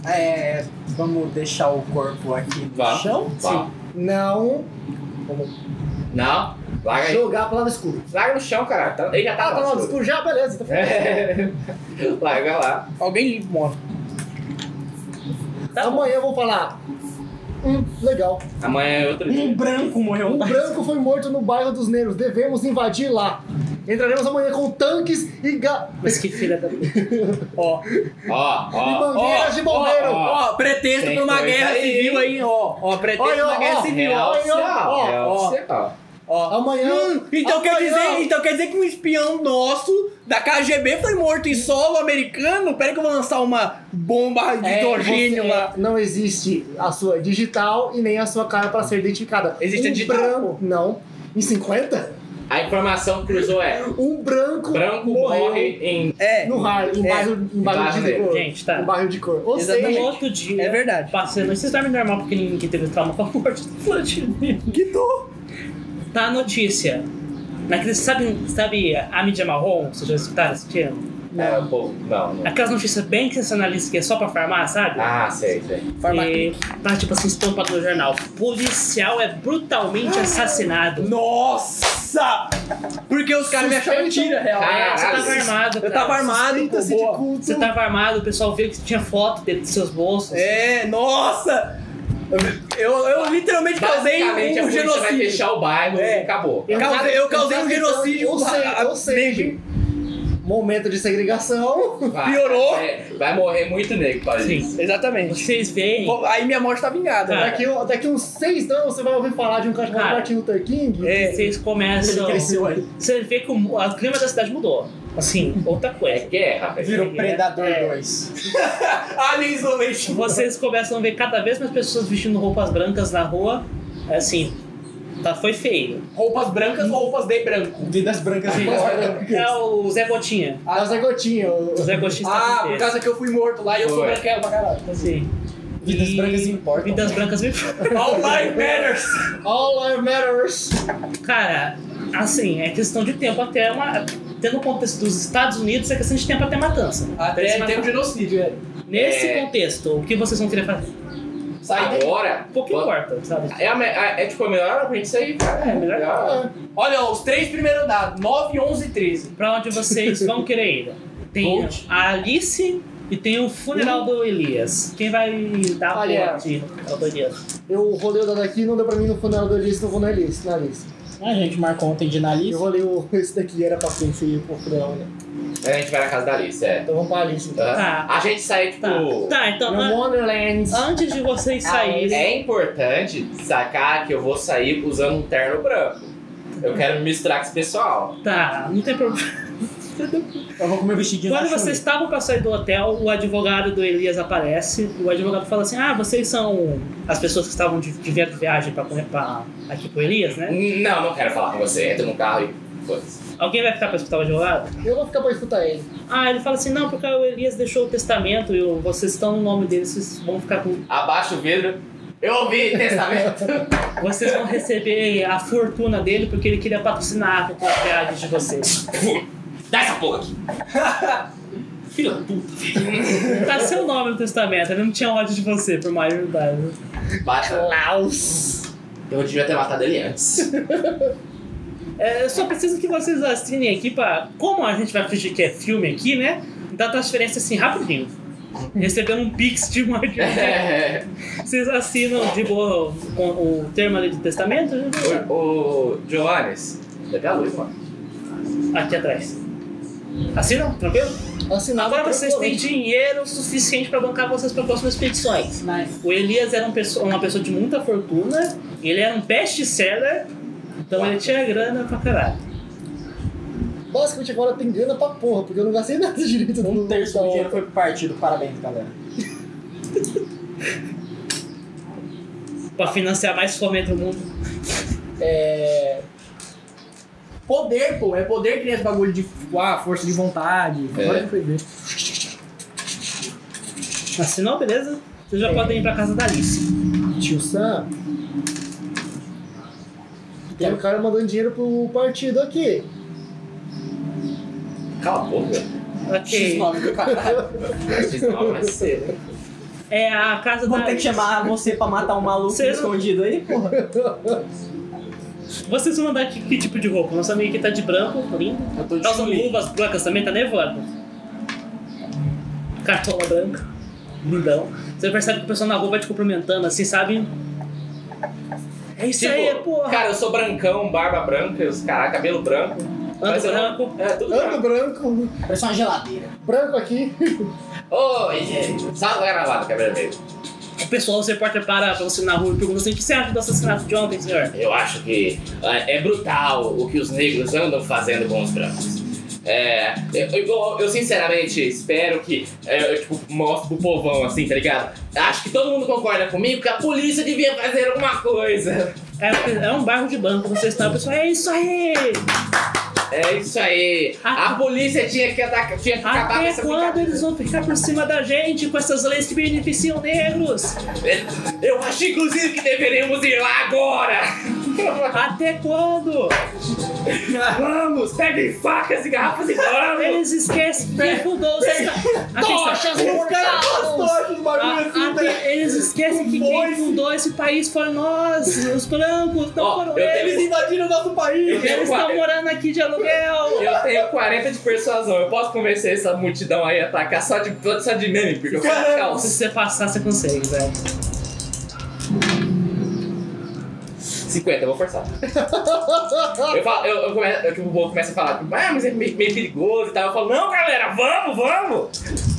É, vamos deixar o corpo aqui no Vá. chão? Vá. Não Não, larga aí. jogar pro lado escuro. Larga no chão, cara. Tá- Ele já tá Ah, tá lá. no lado no chão. escuro já? Beleza. Então... É. larga lá. Alguém limpa o móvel. Tá bom. Amanhã eu vou falar. Hum, legal. Amanhã é outro Um dia. branco morreu. Um branco foi morto no bairro dos negros. Devemos invadir lá. Entraremos amanhã com tanques e, ga... Mas que filha da puta. Ó, Ó, e ó. bandeiras de bombeiro. ó, ó, pretexto Tem pra uma coisa guerra aí, civil hein? aí, ó. Ó, pretexto Olha, pra uma ó, guerra ó, civil, Real ó. É oficial, ó, real ó. oficial. ó. Amanhã. Hum, então, quer amanhã. dizer, então quer dizer que um espião nosso da KGB foi morto em solo americano? Pera que eu vou lançar uma bomba de É, hidrogênio você- lá. Não existe a sua digital e nem a sua cara pra ser identificada. Existe um a digital, Branco, não. Em 50? A informação que cruzou é: Um branco, branco morreu morre em. É, no Harley, em É. bairro, em bairro bairro de negro. cor. Gente, tá. Em bairro de cor. Ou Exatamente. No seja, outro dia. é verdade. Passando. Vocês sabem normal porque ninguém que teve trauma com a morte do Vladimir. Que dor. Tá a notícia. Naquele, sabe, sabe a mídia marrom? Vocês já escutaram esse termo? É, pô, não, não. Aquelas notícias bem sensacionalistas que é só pra farmar, sabe? Ah, sei, sei. E tá tipo assim, estampado no jornal. Policial é brutalmente Ah, assassinado. Nossa! Porque os caras me acharam um mentira, real. Caralho. Você tava armado, Eu cara. tava armado, então, assim, sinta-se de pô, boa. tá culto. Você tava armado, o pessoal viu que tinha foto dentro dos seus bolsos. É, nossa! Eu, eu literalmente causei Basicamente, a um polícia vai genocídio. fechar o bairro É. e acabou. Eu causei, eu causei um Exatamente. genocídio. Ou seja- a- a- ou seja, negro. momento de segregação. Vai, Piorou. é, vai morrer muito negro, parece. Sim. Exatamente. Vocês veem. Bom, Aí minha morte tá vingada. Cara. né? Daqui, um- daqui uns seis anos você vai ouvir falar de um cara chamado Cara. Martin Luther King. É. Vocês Ele começam. cresceu aí. Você vê que o, o clima da cidade mudou. Assim, outra É coisa. guerra, velho. Virou Predador É. 2. Alien Isolation. Vocês começam a ver cada vez mais pessoas vestindo roupas brancas na rua. Assim, tá, foi feio. Roupas brancas Hum. ou roupas de branco? Vidas brancas e É o Zé Gotinha. Ah, o Zé Gotinho. o- O Zé Gotinha está Ah, por causa que eu fui morto lá e eu sou Foi. branquelo pra caralho. Assim. Vidas E- brancas importam. Vidas brancas me All life matters. All Life Matters. Cara, assim, é questão de tempo até um uma. Tendo o contexto dos Estados Unidos, é questão de tempo até matança. Até Eles tem um matam- genocídio, é. Nesse É. contexto, o que vocês vão querer fazer? Sai daí. Agora, Pouco importa, sabe? é, a me- é, é, tipo a melhor hora pra gente sair, cara. É, melhor hora. Olha, ó, os três primeiros dados: 9, 11 e 13. Pra onde vocês vão querer ir? Tem Volte. a Alice e tem o funeral do Elias. Quem vai dar a Olha. porra de funeral do Elias? Eu rolei o dado aqui e não deu pra mim no funeral do Alice, não vou na Alice, na Alice. A gente marcou ontem de nariz. Eu rolei o, esse daqui, era pra frente e pro funeral, né? Aí a gente vai na casa da Alice, é. Então vamos pra Alice, então. Tá? Tá. A gente sai, tipo. Tá, tá então No an- Wonderlands. antes de vocês Ah, saírem. É importante sacar que eu vou sair usando um terno branco. Eu quero me misturar com esse pessoal. Tá, não tem problema. Eu vou comer vestidinho Quando na vocês estavam pra sair do hotel, o advogado do Elias aparece. O advogado fala assim: Ah, vocês são as pessoas que estavam de, que vieram de viagem pra, pra, aqui pro Elias, né? Não, não quero falar com você. Entra no carro e. foda-se. Alguém vai ficar pra escutar o advogado? Eu vou ficar pra escutar ele. Ah, ele fala assim: Não, porque o Elias deixou o testamento e eu- vocês estão no nome dele, vocês vão ficar com. Abaixa o vidro. Eu ouvi testamento. Vocês vão receber a fortuna dele porque ele queria patrocinar a viagem de vocês. Dá essa porra aqui. Filha da puta. tá seu nome no testamento, ele não tinha ódio de você, por maioridade. Baixa. Laos. Eu devia ter matado ele antes. É, eu só preciso que vocês assinem aqui pra. Como a gente vai fingir que é filme aqui, né? Dá transferência assim rapidinho. Recebendo um pix de uma. É, Vocês assinam de boa o, o termo ali de testamento? né? o, o Johannes. Deve a luz, mano. Aqui atrás. Assinam? Tranquilo? Assinava Agora vocês um têm tranquilamente. dinheiro suficiente pra bancar vocês para próximas expedições. Nice. O Elias era um pessoa- uma pessoa de muita fortuna, ele era um best-seller, então ele tinha grana pra caralho. Basicamente agora tem grana pra porra, porque eu não gastei nada direito Um no terço do da dinheiro hora. foi pro partido. Parabéns, galera. Pra financiar mais fome do mundo. É. Poder, pô. É poder que nem esse bagulho de ah, força de vontade. É. Agora que foi ver. Assinou, beleza? Vocês já É. podem ir pra casa da Alice. Tio Sam. Tem um cara mandando dinheiro pro partido aqui. Cala a boca. Ok. X9 do caralho. X9 vai ser. É a casa Vou da ter Alice. que chamar você pra matar um maluco Cês- escondido aí, pô. Vocês vão andar que, que tipo de roupa? Nossa amiga aqui tá de branco, lindo. Eu tô Tá usando luvas brancas também, tá nevando. Cartola branca. Lindão. Você percebe que o pessoal na rua vai te cumprimentando assim, sabe? É isso Tipo, aí, porra. Cara, eu sou brancão, barba branca, os caras, cabelo branco. Anda mas eu- branco. É, tudo branco. Ando branco. Parece uma geladeira. Branco aqui. Oi, gente. Salve a gravata, é cabelo vermelho. O pessoal, você pode parar pra você na rua e pergunta assim: o que você acha do assassinato de ontem, senhor? Eu acho que ah, é brutal o que os negros andam fazendo com os brancos. É, eu, eu- eu sinceramente espero que é, eu, tipo, mostre pro povão assim, tá ligado? Acho que todo mundo concorda comigo que a polícia devia fazer alguma coisa. É, é um bairro de banco, você está, o pessoal, é isso aí! É isso aí. A polícia tinha que, atacar, tinha que acabar com Até essa quando eles vão ficar por cima da gente com essas leis que beneficiam negros? brincadeira. Eu acho inclusive que deveríamos ir lá agora. Até quando? Vamos, peguem facas e garrafas e vamos. Eles esquecem quem fundou os Estados Tochas mortais! é assim, tá Eles esquecem que quem fundou esse país foi nós, os brancos, não Ó, foram eu tenho- eles. invadiram o nosso país! Eu tenho Eles estão quatro- morando aqui de aluguel. Eu tenho 40 de persuasão, eu posso convencer essa multidão aí a atacar só de, só de meme, porque eu faço Se calça. você passar, você consegue, velho. 50, eu vou forçar. Eu, falo, eu, eu, começo, eu tipo, o povo começa a falar, tipo, ah, mas é meio, meio perigoso e tal. Eu falo, não, galera, vamos, vamos!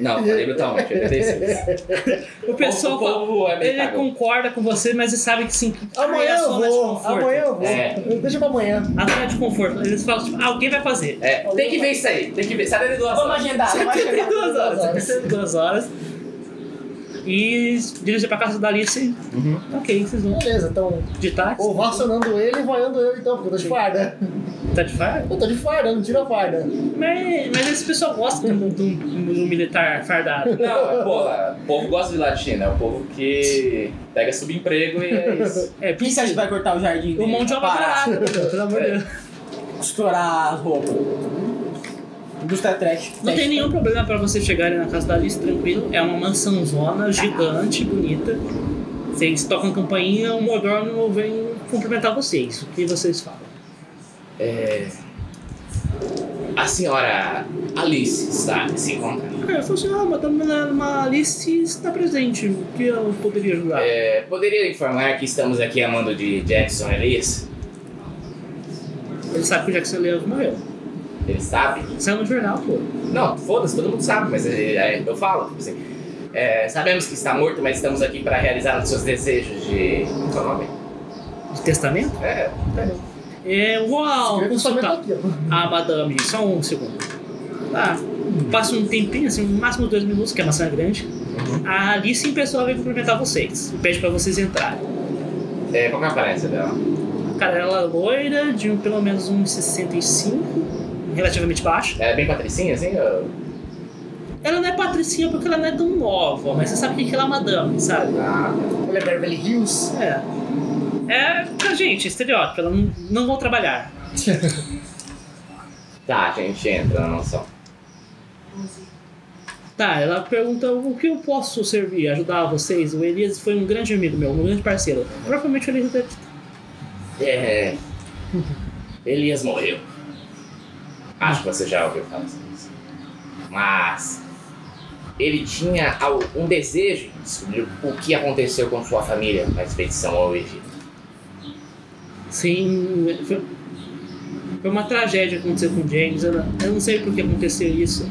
Não, falei "Tá É brutalmente, 86. O pessoal o povo é meio ele cagão. concorda com você, mas ele sabe que sim. que Amanhã é a eu zona de vou. conforto. Amanhã eu vou. É. Deixa pra amanhã. A zona de conforto. Eles falam, tipo, alguém vai fazer. É, tem que ver isso aí, tem que ver. Sai daí do Vamos agendar, vamos Você tem agendar. duas horas. Você precisa de duas horas. E dirigir pra casa da Alice. Uhum. Ok, vocês vão Beleza, então. de táxi. Ou vacionando ele e vaiando eu então, porque eu tô de farda. Tá de farda? Eu tô de farda, não tira a farda. Mas, mas esse pessoal gosta do, do- do militar fardado. Não, é, porra, o povo gosta de latina, é o povo que pega subemprego e é isso. É, Quem você acha que vai cortar o jardim? é o mão de obra Parar, barata, pelo amor de Deus. Estourar as roupas. Indústria trash. Não tem nenhum problema pra vocês chegarem na casa da Alice tranquilo. É uma mansãozona gigante, bonita. Vocês tocam campainha, o Mordomo vem cumprimentar vocês. O que vocês falam? A senhora Alice está, se encontra. Ah, eu falo assim, ah, Madame Madame Alice está presente. O que eu poderia ajudar? É, poderia informar que estamos aqui a mando de Jackson Elias? Ele sabe que o Jackson Leandro morreu. Ele sabe? Saiu no jornal, pô. Não, foda-se, todo mundo sabe, mas é, é, eu falo. tipo assim, é, sabemos que está morto, mas estamos aqui para realizar os seus desejos de. Qual é o nome? De testamento? É, É, Eu vou ao Escreve sobre consultar. aqui, ó. Ah, madame, só um segundo. Tá. Passa um tempinho, assim, no máximo dois minutos, que é maçã grande. A Alice em pessoa vem cumprimentar vocês. E pede pra vocês entrarem. é, qual que é a aparência dela? Cara, ela é loira, de um- pelo menos uns 65, relativamente baixa. Ela é bem patricinha, assim? ou- Ela não é patricinha porque ela não é tão nova, mas você sabe que ela é madame, sabe? Ah, Ele é Beverly Hills. É. É pra gente, estereótipo, ela não, não vão trabalhar. tá, a gente entra na noção. Tá, ela pergunta o que eu posso servir, ajudar vocês. O Elias foi um grande amigo meu, um grande parceiro. Provavelmente o Elias deve É. Elias morreu. Acho que você já ouviu falar sobre isso. Mas ele tinha al- um desejo de descobrir o que aconteceu com sua família na expedição ao Egito. Sim, foi, foi uma tragédia que aconteceu com o James. Eu não, eu não sei por que aconteceu isso.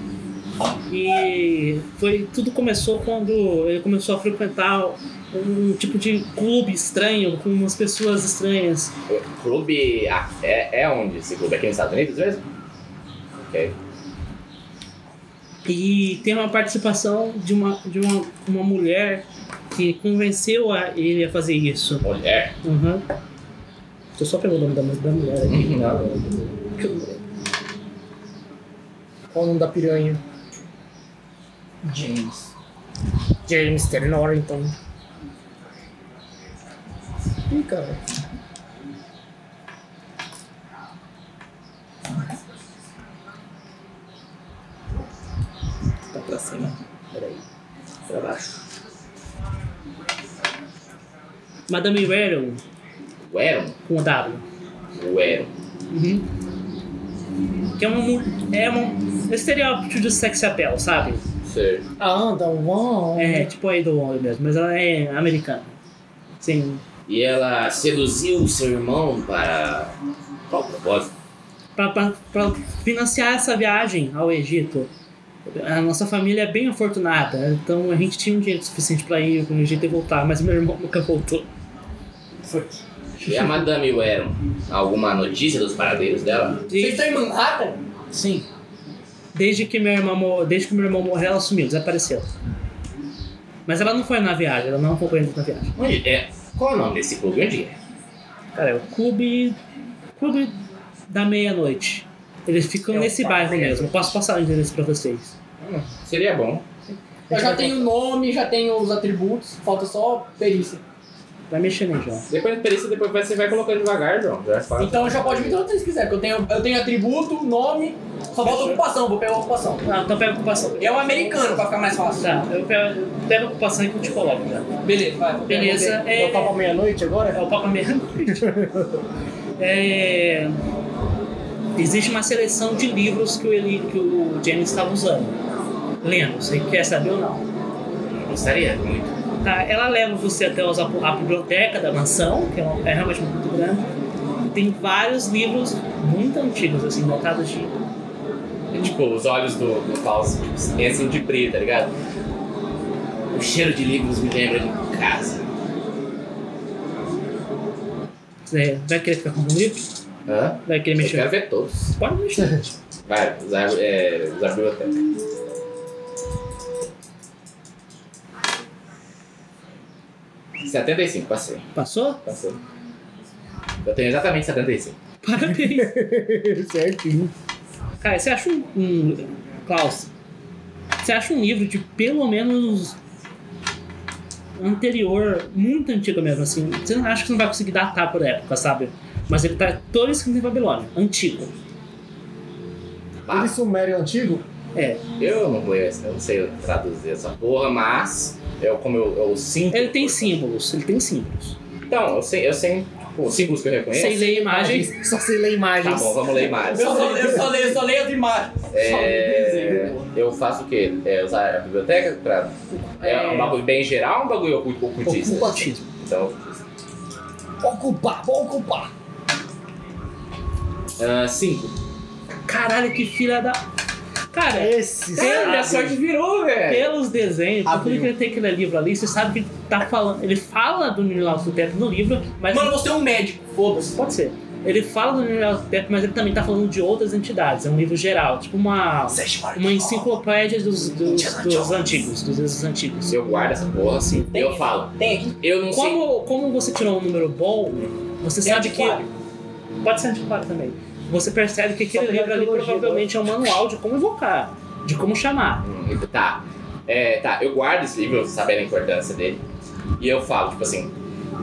E foi tudo começou quando ele começou a frequentar um tipo de clube estranho com umas pessoas estranhas. O clube ah, é, é onde esse clube? Aqui nos Estados Unidos mesmo? Ok. E tem uma participação de uma de uma, uma mulher que convenceu a ele a fazer isso. Mulher. Uhum. Deixa eu só pegar o nome da, da mulher aqui. Uhum. Tá? Qual o nome da piranha? James. James T. Norrington. Ih, cara. Tá pra cima. Peraí. Pra baixo. Madame Weron, O Eron? com W. O Eron. Que é uma mu- é um estereótipo de sex appeal, sabe? Sei. Ah, da Wong. É tipo a Idol Wong mesmo, mas ela é americana. Sim. E ela seduziu seu irmão para. Qual propósito? Pra, pra, pra financiar essa viagem ao Egito. A nossa família é bem afortunada, então a gente tinha um dinheiro suficiente pra ir pro Egito e voltar, mas meu irmão nunca voltou. E É a Madame Weron, alguma notícia dos paradeiros dela? Vocês E estão em Manhattan? Sim. desde que minha irmã, mo- desde que meu irmão morreu, ela sumiu, desapareceu. Mas ela não foi na viagem, ela não acompanhou na viagem. Onde é? Qual é o nome desse clube? Onde é? Cara, é o clube. Clube da meia-noite. Eles ficam É o nesse quarto bairro da mesmo. Eu posso passar o endereço pra vocês. Seria bom. Eu já tenho o nome, já tenho os atributos, falta só perícia. Vai mexer nele, João. Depois da perícia, depois você vai colocando devagar, João. Já é fala. Então já pode me dar o que vocês quiserem, porque eu tenho, eu tenho atributo, nome, só falta ocupação, vou pegar a ocupação. Ah, então pega a ocupação. É um americano pra ficar mais fácil. Tá, eu pego, eu pego a ocupação que eu te coloco já. Beleza, vai. vou pegar Beleza, você. é. Eu tava meia-noite agora? É o Papa Meia-Noite. É, Existe uma seleção de livros que o, Eli, que o James estava usando. Lendo, você quer saber ou não? Gostaria muito. Tá, ela leva você até os- a, a biblioteca da mansão, que é, uma- é realmente muito grande. Tem vários livros muito antigos, assim, voltados de. É tipo, os olhos do, do Fausto é assim de brilho, tá ligado? O cheiro de livros me lembra de casa. Você vai querer ficar com um livro? Hã? Vai querer Eu mexer? quero ver todos. Pode mexer. Vai, usar, é, usar a biblioteca. Setenta e cinco, passei. Passou? Passou. Eu tenho exatamente 75. Parabéns. Certinho. Cara, você acha um, um- Klaus, você acha um livro de pelo menos anterior, muito antigo mesmo, assim. Você não acha que você não vai conseguir datar por época, sabe? Mas ele tá todo escrito em Babilônia, antigo. Lá. Tudo isso Sumério antigo? Eu não conheço, eu não sei traduzir essa porra, mas eu, como eu, eu sinto. Ele tem símbolos, ele tem símbolos. Então, eu sei, eu sei tipo, símbolos que eu É. reconheço. Vocês leem a imagem. Só sei ler Tá imagens. bom, vamos ler mais. Eu só, eu só leio, eu só leio as imagens. Só leio É, desenho, pô. eu faço o quê? É usar a biblioteca pra. É um bagulho bem geral ou um bagulho ocu- ocultista? Ocultismo. Então, Ocupar, vou ocupar. ah, cinco. Caralho, que filha da. Cara, Esse Caralho, Caralho, a a sorte virou, velho. pelos desenhos, por tudo É. Abriu. que ele tem aquele livro ali, você sabe que ele tá falando. Ele fala do Nilaus do Teto no livro, mas. Mano, você é um médico, foda-se. Pode ser. Ele fala do Nilaus do Teto, mas ele também tá falando de outras entidades. É um livro geral, tipo uma. é Uma enciclopédia dos, dos, dos antigos, dos deuses antigos. Eu guardo essa porra assim. Eu falo. Tem aqui. Eu não sei. Como, como você tirou um número bom, você sabe que. antiquário. É Pode ser antiquário também. Você percebe que aquele Só livro ali arqueologia, provavelmente é um manual de como invocar, de como chamar. Hum, Tá. É, tá, eu guardo esse livro, sabendo a importância dele. E eu falo, tipo assim,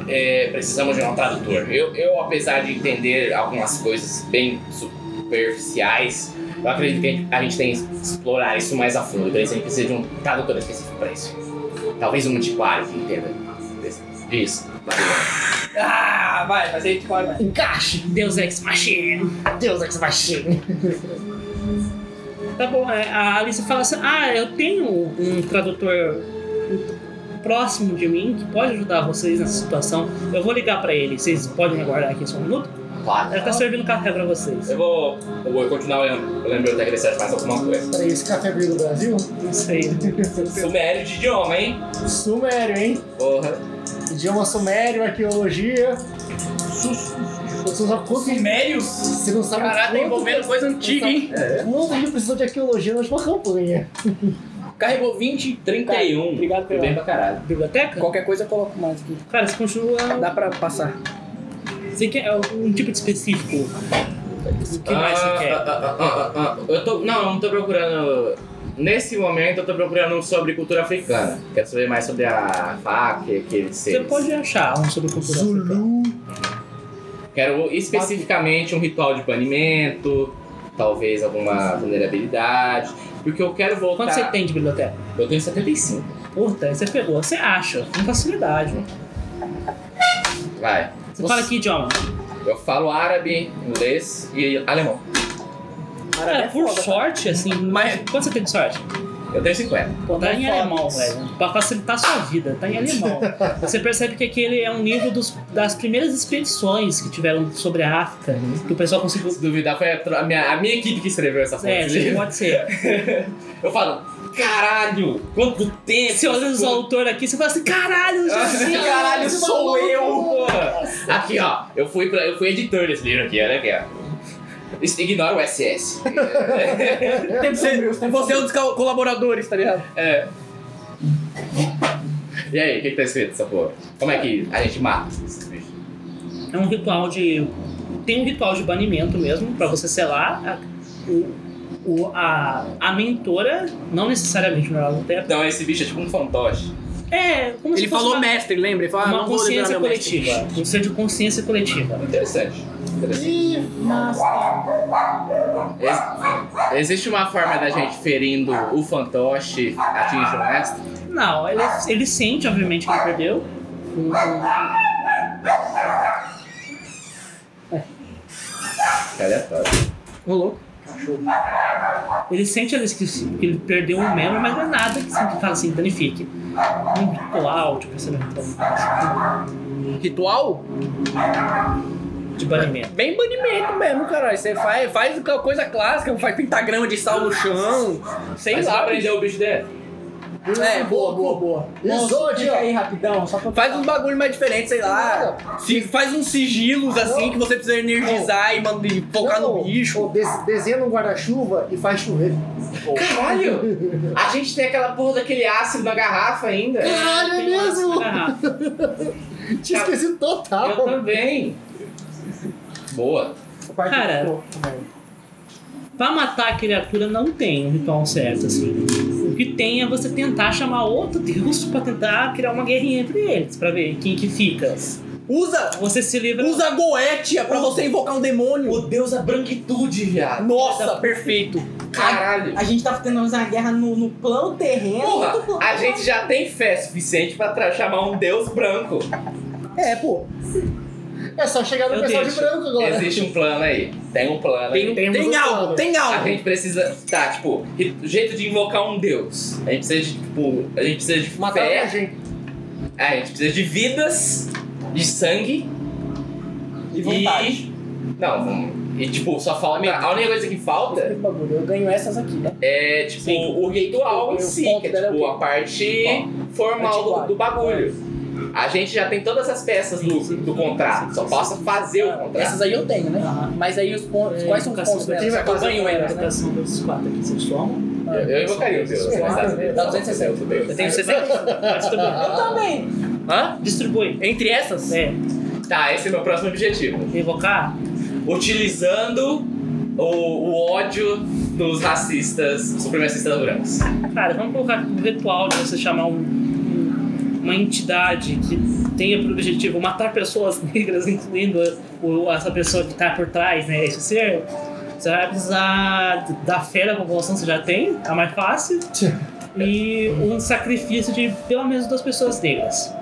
é, precisamos de um tradutor. Eu, eu, apesar de entender algumas coisas bem superficiais, eu acredito que a gente tem que explorar isso mais a fundo. Então a gente precisa de um tradutor específico pra isso. Talvez um antiquário que entenda desse- disso. Valeu. Ah, vai, vai ser antiquário, vai. Encaixe! Deus Ex Machina! Deus é ex machina. Tá bom, é, a Alice fala assim: ah, eu tenho um tradutor próximo de mim que pode ajudar vocês nessa situação. Eu vou ligar pra ele, vocês podem aguardar aqui só um minuto? Claro. Ela tá servindo café pra vocês. Eu vou, eu vou continuar olhando. Eu lembro até que ele serve mais alguma coisa. Peraí, esse café veio do Brasil? Não sei. Sumério de idioma, hein? Sumério, hein? Porra. Idioma é sumério, arqueologia. Você não sabe quanto- Sumérios? Você não sabe Caralho, tá quanto- envolvendo coisa antiga, hein? É. Quanto a gente precisou de arqueologia na última campanha? Carregou 20, 31. Obrigado Fui pela um. bem pra caralho. Biblioteca? Qualquer coisa eu coloco mais aqui. Cara, você continua. Dá pra passar. Você quer um tipo de específico? O que Ah, mais você quer? ah, ah, ah, ah. Eu tô, não, eu não tô procurando. Nesse momento eu tô procurando sobre cultura africana. Quero saber mais sobre a faca, aqueles Você seres. pode achar um sobre cultura africana. Zulu. Quero especificamente um ritual de banimento, talvez alguma vulnerabilidade. Porque eu quero voltar. Quanto você tem de biblioteca? Eu tenho 75. Puta, você pegou. Você acha, com facilidade. Vai. Você fala que idioma? Eu falo árabe, inglês e alemão. Cara, por sorte, assim, é mas quanto você tem de sorte? Eu tenho 50. Pô, tá Não em fala alemão, isso. velho. Pra facilitar a sua vida, tá em alemão. Você percebe que aquele é um livro dos- das primeiras expedições que tiveram sobre a África, que o pessoal conseguiu. Se duvidar, foi a, a minha, a minha equipe que escreveu essa né? É, fonte. pode ser. eu falo, caralho, quanto tempo! Você olha os autores aqui, você fala assim: caralho, Jesus! Caralho, sou eu! tá Aqui, ó. Eu fui, pra, eu fui editor desse livro aqui, olha aqui, ó. Isso- Ignora o SS. Você, você é um dos co- colaboradores, tá ligado? É. E aí, o que, que tá escrito essa porra? Como é que a gente mata esses bichos? É um ritual de. Tem um ritual de banimento mesmo, pra você selar a, o- o- a, a mentora, não necessariamente o melhor do tempo. Então esse bicho é tipo um fantoche. É, como se Ele fosse falou uma, mestre, lembra? Ele falou, ah, uma não vou liberar consciência meu mestre. coletiva. Um ser de consciência coletiva. Interessante. Interessante. Ex- existe uma forma da gente ferindo o fantoche atingir o mestre? Não, ele, ele sente, obviamente, que ele perdeu. Um- Que aleatório. Rolou. Ele sente às vezes, que, que ele perdeu um membro, mas não é nada que sempre fala assim, danifique. Um ritual de pensamento Ritual? de banimento. Bem banimento mesmo, caralho. Você faz, faz aquela coisa clássica, faz pentagrama de sal no chão. Sei Mas lá. aprendeu o bicho dele? É, boa, boa. boa. Isso, Isso, ó. Ah, fica aí rapidão, só pra... Faz uns bagulho mais diferente, sei lá. Se- faz uns sigilos assim que você precisa energizar e, manda- e focar Não, no bicho. Ou des- desenha num guarda-chuva e faz chover. Caralho! A gente tem aquela porra daquele ácido na garrafa ainda. Caralho, é Tem uma mesmo? garrafa. Tinha esquecido total. Eu também. Boa. é Cara, Pra matar a criatura não tem um ritual certo, assim. O que tem é você tentar chamar outro deus pra tentar criar uma guerrinha entre eles, pra ver quem que fica. Usa, Você se livra. usa a goétia pra você invocar um O demônio. deus da branquitude, viado. Nossa, perfeito. Caralho. A gente tá tendo uma guerra no, no plano terreno. Porra, do plano- a gente já tem fé suficiente pra tra- chamar um deus branco. É, pô. É só chegar no Eu pessoal deixo. de branco agora. Existe um plano aí. Tem um plano aí. Tem Tem algo, tem A algo. gente precisa. Tá, tipo, ri- jeito de invocar um deus. A gente precisa de, tipo, a gente precisa de Matar fé. a Tá gente. A gente precisa de vidas, de sangue E vontade. Não, vamos- e tipo, só falta. A única coisa que falta Esse bagulho, Eu ganho essas aqui, né? é, tipo, o ritual em O si, ponto que dela é é o tipo a parte formal do, Antiquário. do bagulho. É. A gente já tem todas as peças do, do contrato, só possa fazer Ah, o contrato. Essas aí eu tenho, né? Mas aí os pontos. Quais são os pontos Ah. delas? É, educação. Quem vai Eu fazer ganho o elas, né? educação dos quatro aqui, vocês somam. Eu, eu é invocaria o Deus. Sim. mas tá, às vezes- Dá 260. Eu tá, tenho 60. Vai Eu distribuir. também. Hã? Distribui. Entre essas? É, Tá, esse é meu próximo objetivo. revocar. Utilizando o, o ódio dos racistas, supremacistas brancos. Cara, vamos colocar um ritual de você chamar um- um- uma entidade que tenha por objetivo matar pessoas negras, incluindo o- essa pessoa que tá por trás, né? Esse ser. Você vai precisar da fé da população que você já tem, a mais fácil. E um sacrifício de pelo menos duas pessoas negras.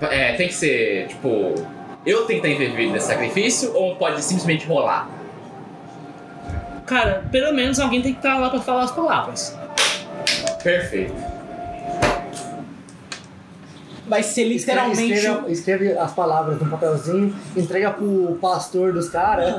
É, tem que ser, tipo, eu tentar intervir nesse sacrifício ou pode simplesmente rolar? Cara, pelo menos alguém tem que estar lá pra falar as palavras. Perfeito. Vai ser literalmente. Escreve, escreve as palavras num papelzinho, entrega pro pastor dos caras.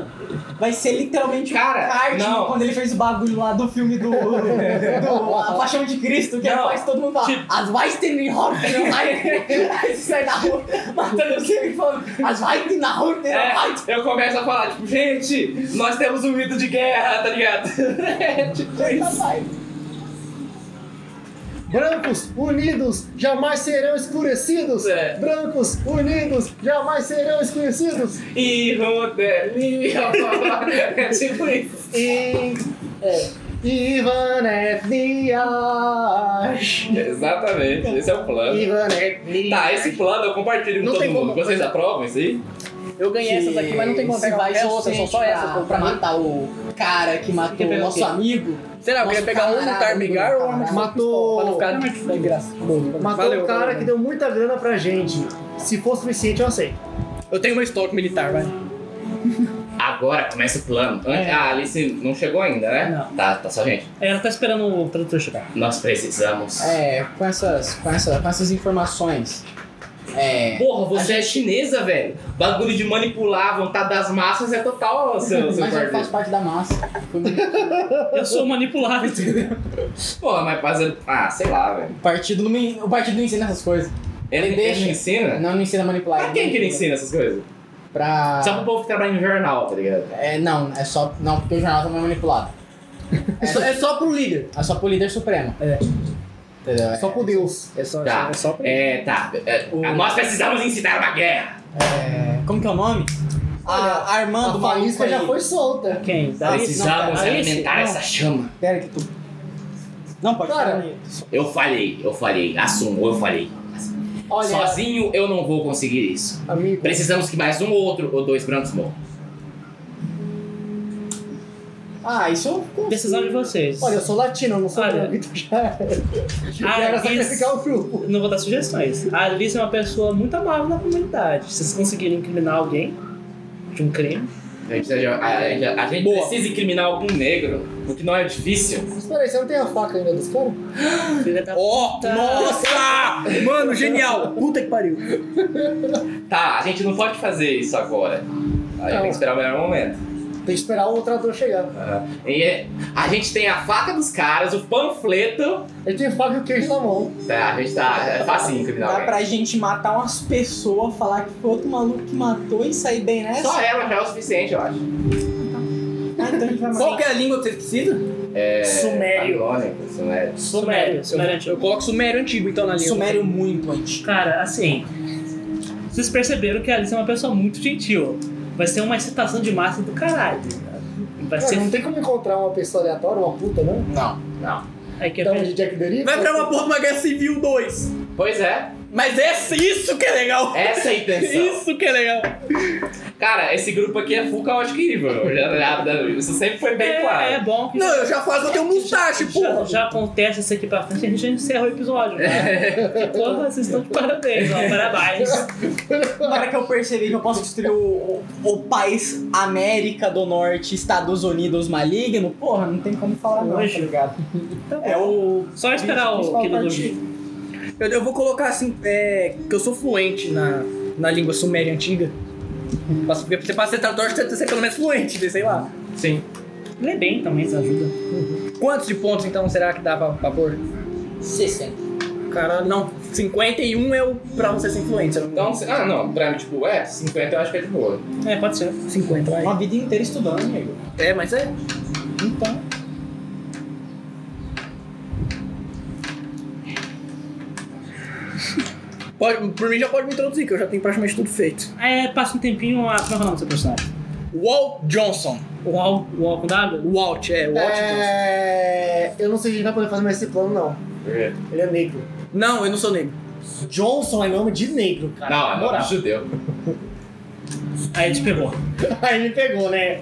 Vai ser literalmente Cara, o Cartman não. quando ele fez o bagulho lá do filme do. do a Paixão de Cristo, que ele Não. faz todo mundo falar. Tipo- As vai ter em Horten, um aí você sai da rua, matando você e falando. As vai ter na Horten, É, vai eu começo a falar, tipo, gente, nós temos um mito de guerra, tá ligado? É, tipo isso. Brancos unidos jamais serão escurecidos. É. Brancos unidos jamais serão escurecidos. E Rodeli, é tipo isso. E. é. Ivan Etnias. Exatamente, esse é o plano. Ivan Etnias. Tá, esse plano eu compartilho com Não todo tem mundo. como- Vocês aprovam isso aí? Eu ganhei essas aqui, mas não tem como Se pegar vai essas, ser outras, são só pra- essas. pô, Pra mim. matar o cara que matou o pegar o nosso quê? amigo. Será? Eu Nosso queria pegar um camarada, Tarmigar ou um né? camarada. pra não Matou. é ficar De graça. Matou Valeu, um cara valeu. que deu muita grana pra gente. Se for suficiente, eu aceito. Eu tenho uma estoque militar, vai. Agora começa o plano. Antes- É. Ah, a Alice não chegou ainda, né? Não. Tá, tá só gente. Ela tá esperando o tradutor chegar. Nós precisamos. É, com essas, com essa, com essas informações. É. Porra, você é chinesa, velho. Bagulho de manipular a vontade das massas é total ó, seu, seu Mas eu faço quarteto. parte da massa. Fui muito- Eu sou manipulável, entendeu? Porra, mas fazer. Ah, sei lá, velho. O partido não me, o partido não ensina essas coisas. Ele, ele Deixa. não ensina? Não, não ensina a manipular. Pra quem que ele ensina essas coisas? Pra. Só pro povo que trabalha em jornal, tá ligado? É, não, é só. Não, porque o jornal também é manipulado. É só, é só pro líder. É só pro líder supremo. É. Entendeu? É, Só por Deus. É só, Tá. é só pra É, tá. É, O- Nós precisamos incitar uma guerra. é, Como que é o nome? A A Armando faísca já aí. foi solta. Quem? Dá Precisamos não, cara, Alice, alimentar não. essa chama. Pera que tu. Não, pode Cara, falar. Eu falei, eu falei. Assumo, eu falei. Olha, Sozinho eu não vou conseguir isso. amigo. Precisamos que mais um ou outro ou dois brancos morram. Ah, isso eu consigo. Decisão de vocês. Olha, eu sou latino, eu não sou Olha. branco, então já. já Ah, era isso. sacrificar o grupo. Não vou dar sugestões. A Alice é uma pessoa muito amável na comunidade. Se vocês conseguirem incriminar alguém de um crime, A gente, precisa de- a gente- a gente precisa incriminar algum negro, o que não é difícil. Mas peraí, você não tem a faca ainda dos caras? filha Tá. da Ó, puta. nossa! Mano, genial! Puta que pariu. Tá, a gente não pode fazer isso agora. A gente Não. tem que esperar o melhor momento. Tem que esperar o trator chegar. E é- a gente tem a faca dos caras, o panfleto. Ele tem a faca e o queijo na mão. Tá, a gente tá. É facinho criminal. Dá pra gente matar umas pessoas, falar que foi outro maluco que matou e sair bem nessa? Só ela já é o suficiente, eu acho. Ah, então a gente vai matar. Qual que é a língua que vocês precisam? É, Sumério. Babilônico, Sumério. Sumério. Sumério Eu antigo. coloco sumério antigo, então, na língua. Sumério muito antigo. Cara, assim. Vocês perceberam que a Alice é uma pessoa muito gentil. Vai ser uma excitação de massa do caralho. Vai Cara, ser. um não tem como encontrar uma pessoa aleatória, uma puta, não? Não. Aí que é Então, de Jack Deriva. Vai pra uma porra de uma guerra civil 2. Pois é. Mas essa, isso que é legal! Essa é a intenção. Isso que é legal! Cara, esse grupo aqui é full caótico e evil. Já- já- já- isso sempre foi bem É, claro. é bom que Não, eu já faço, eu tenho um mustache, já, porra! já acontece isso aqui pra frente, a gente já encerra o episódio. Né? Porra, vocês estão de parabéns, ó, parabéns. Na hora que eu percebi que eu posso destruir o, o, o país América do Norte, Estados Unidos maligno, porra, não tem como falar não, tá Hoje. ligado? É o... Só esperar o principal Kilo do partido. Domingo. Eu, eu vou colocar assim, é, que eu sou fluente na, na língua suméria antiga. Mas Porque você passa ser tradutor, você tem que ser pelo menos fluente, né, sei lá. Sim. Lê bem também, isso ajuda. Quantos de pontos então será que dá pra, pra pôr? 60. Caralho, não. 51 é o pra você ser influente. se eu não me Então, se- ah, não, pra mim, tipo, é, 50 eu acho que é de boa. É, pode ser. engano. 50, vai. Uma vida inteira estudando, amigo. É, mas é. Então, Pode, por mim já pode me introduzir, que eu já tenho praticamente tudo feito. É, passa um tempinho, a... como é o nome do seu personagem? Walt Johnson. O Al, o Al com W? Walt, é, Walt Johnson. É, eu não sei se a gente vai poder fazer mais esse plano, não. Ele é negro. Não, eu não sou negro. Johnson é nome de negro, cara. Não, é Na não, moral. judeu. Aí te pegou. Aí ele pegou, né?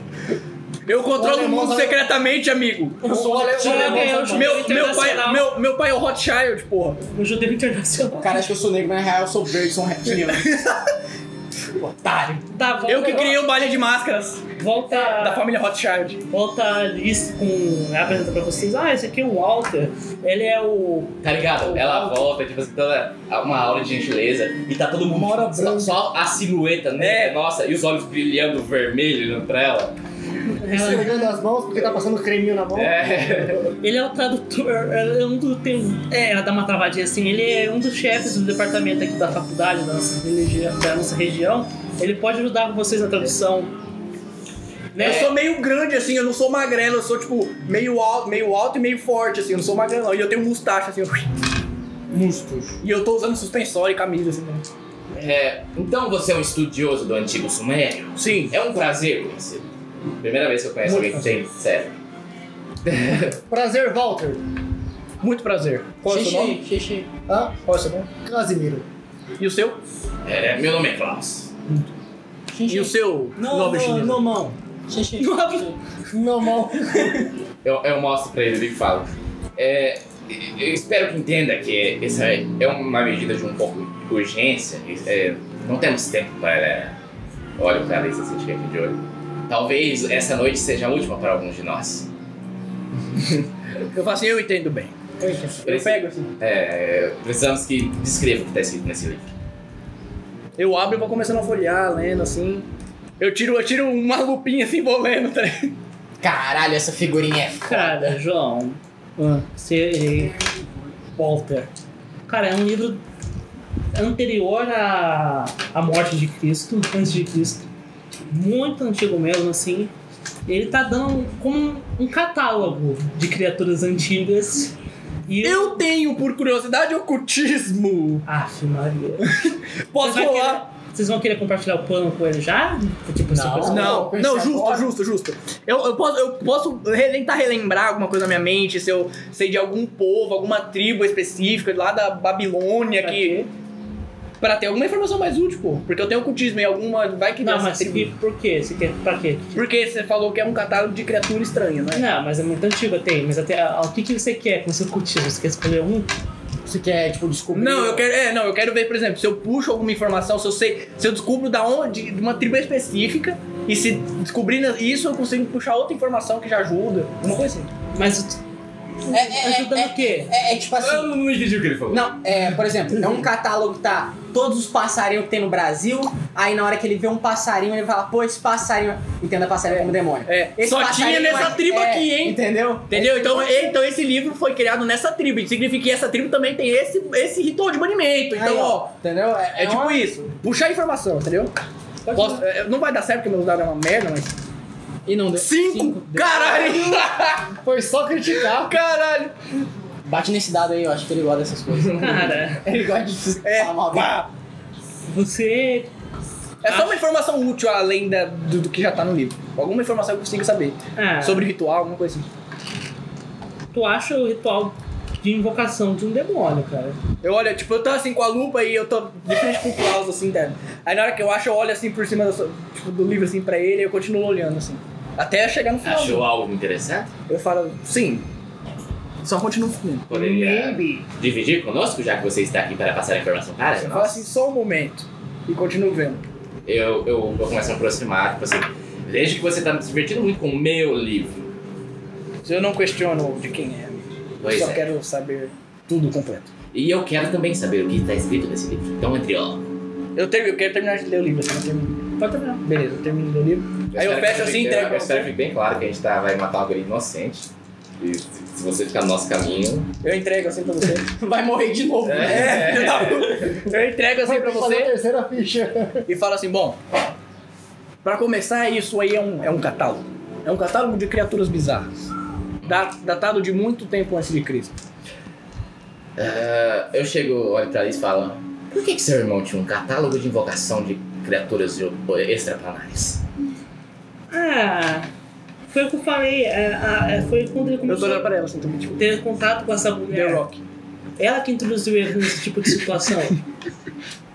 Eu controlo o alemão mundo tá- sabe- secretamente, amigo. Eu sou o alemão. Joga alemão, eu, Joga. sabe? Meu, meu, pai, Internacional. meu, meu pai é o Rothschild, porra. Um judeu internacional. cara acha que eu sou negro, mas na real eu sou verde, sou um reptiliano. Otário. Tá, volta, Eu que criei o baile de máscaras Volta, da família Rothschild. volta a Liz com... Apresenta pra vocês. Ah, esse aqui é o Walter. Ele é o... Tá ligado? Ela volta, tipo assim, toda uma aula de gentileza e tá todo mundo. Mora só, branco. só a silhueta, né? Nossa, e os olhos brilhando vermelho pra ela. Ela- Esfregando as mãos porque tá passando creminho na mão. É. Ele é o tradutor, é um do. Tem, um- é, ela dá uma travadinha assim, ele é um dos chefes do departamento aqui da faculdade, da nossa, religi- da nossa região. Ele pode ajudar vocês na tradução. Né? É, Eu sou meio grande, assim, eu não sou magrelo, eu sou, tipo, meio alto, meio alto e meio forte, assim, eu não sou magrelo, não. E eu tenho mustache, assim, Mustos. e eu tô usando suspensório e camisa, assim, né? É, então você é um estudioso do antigo Sumério? Sim. É um prazer conhecê-lo. Primeira vez que eu conheço Muito alguém que tem, sério. Prazer, Walter. Muito prazer. Qual é o seu nome? Xixi, xixi. Hã? Qual é o seu nome? Casimiro. E o seu? É, meu nome é Klaus. E o seu Não, nobre não, chinês? não, mão. Xixi. Não, mal. Eu, eu mostro pra ele e falo. É, eu espero que entenda que essa é uma medida de um pouco de urgência. é, não temos tempo para. Olha o cara, isso assim, fica aqui de olho. Talvez essa noite seja a última para alguns de nós. Eu falo assim, eu entendo bem. Eu Preci- pego, assim. é, precisamos que descreva o que está escrito nesse livro. Eu abro e vou começando a folhear, lendo, assim. Eu tiro, eu tiro uma lupinha, assim, vou lendo, tá ligado? Caralho, essa figurinha é foda. Cara, João. Ah. Você. Walter. Cara, é um livro anterior à, à morte de Cristo, antes de Cristo. Muito antigo mesmo, assim. Ele tá dando como um catálogo de criaturas antigas. E Eu tenho, por curiosidade, ocultismo. Aff, Maria. Vocês Posso vão querer- rolar? Vocês vão querer compartilhar o plano com ele já? Tipo, essa coisa? Não, Vamos não, pensar justo, agora. justo, justo. Eu, eu posso, eu posso re- tentar relembrar alguma coisa na minha mente, se eu sei de algum povo, alguma tribo específica lá da Babilônia Pra É que. Pra ter alguma informação mais útil, pô. Porque eu tenho ocultismo em alguma. Vai que Não, nessa mas tribo. que, por quê? Você quer, pra quê? Porque você falou que é um catálogo de criatura estranha, né? Não, mas é muito antigo, tem. Mas até, ah, o que, que você quer com seu cultismo? Você quer escolher um? Você quer, tipo, descobrir? Não, eu quero. É, não, eu quero ver, por exemplo, se eu puxo alguma informação, se eu sei, se eu descubro da onde, de uma tribo específica, e se descobrir isso, eu consigo puxar outra informação que já ajuda. Uma coisa assim. Mas É, é, é, ajudando é, o quê? é, é tipo assim... Eu não entendi o que ele falou. Não, é, por exemplo, é um catálogo que tá todos os passarinhos que tem no Brasil, aí na hora que ele vê um passarinho, ele fala, pô, esse passarinho, entenda passarinho como demônio. É, Esse só tinha passarinho nessa é- tribo é, aqui, hein? Entendeu? Entendeu? Então, e- então esse livro foi criado nessa tribo. Isso significa que essa tribo também tem esse, esse ritual de banimento. Então, Aí, ó. entendeu? É, tipo uma- isso. Puxar informação, entendeu? Posso- é, não vai dar certo porque meus dados é uma merda, mas. E não deu. Cinco! Caralho! Foi só criticar. Caralho! Bate nesse dado aí, eu acho que ele gosta dessas coisas. Cara, ele gosta de É, falar mal dele. pá. você. É só uma informação útil além da- do, do que já tá no livro. Alguma informação É. que eu consiga saber. Ah, Sobre o ritual, alguma coisa assim. Tu acha o ritual de invocação de um demônio, cara. Eu olho, tipo, eu tô assim com a lupa e eu tô de frente com o Klaus, assim, tá? Aí na hora que eu acho, eu olho assim por cima do, tipo, do livro, assim, pra ele e eu continuo olhando, assim. Até chegar no final. Achou algo interessante? Eu falo, sim. Só continuo fumando. Poderia Maybe. dividir conosco, já que você está aqui para passar a informação para Eu falo nós? assim, só um momento. E continuo vendo. Eu, eu vou começar a me aproximar, tipo assim, vejo que você está se divertindo muito com o meu livro. Eu não questiono de quem é, amigo. Eu Pois só é. quero saber tudo completo. E eu quero também saber o que está escrito nesse livro. Então, entre ó. Eu, ter, eu quero terminar de ler o livro, assim, eu termino. Pode terminar. Beleza, eu termino de ler o livro. Aí eu espero que fecho fique assim, bem- entrego Eu pra espero você. que fique bem claro que a gente tá, vai matar uma guria inocente. E se se você ficar no nosso caminho. Eu entrego assim pra você. Tá Vai morrer de novo. É. Eu entrego assim pra Fazer a você terceira ficha. e falo assim, bom. Pra começar, isso aí é um, é um catálogo. É um catálogo de criaturas bizarras. Da- datado de muito tempo antes de Cristo. Ah, eu chego, olho pra eles e falo: Por que, que seu irmão tinha um catálogo de invocação de criaturas de- extraplanares? Ah, foi o que eu falei. é, a- é, foi quando ele Eu tô começou olhando a pra ela assim, tipo, tipo, ter contato com essa The mulher. Rock. Ela que introduziu ele nesse tipo de situação.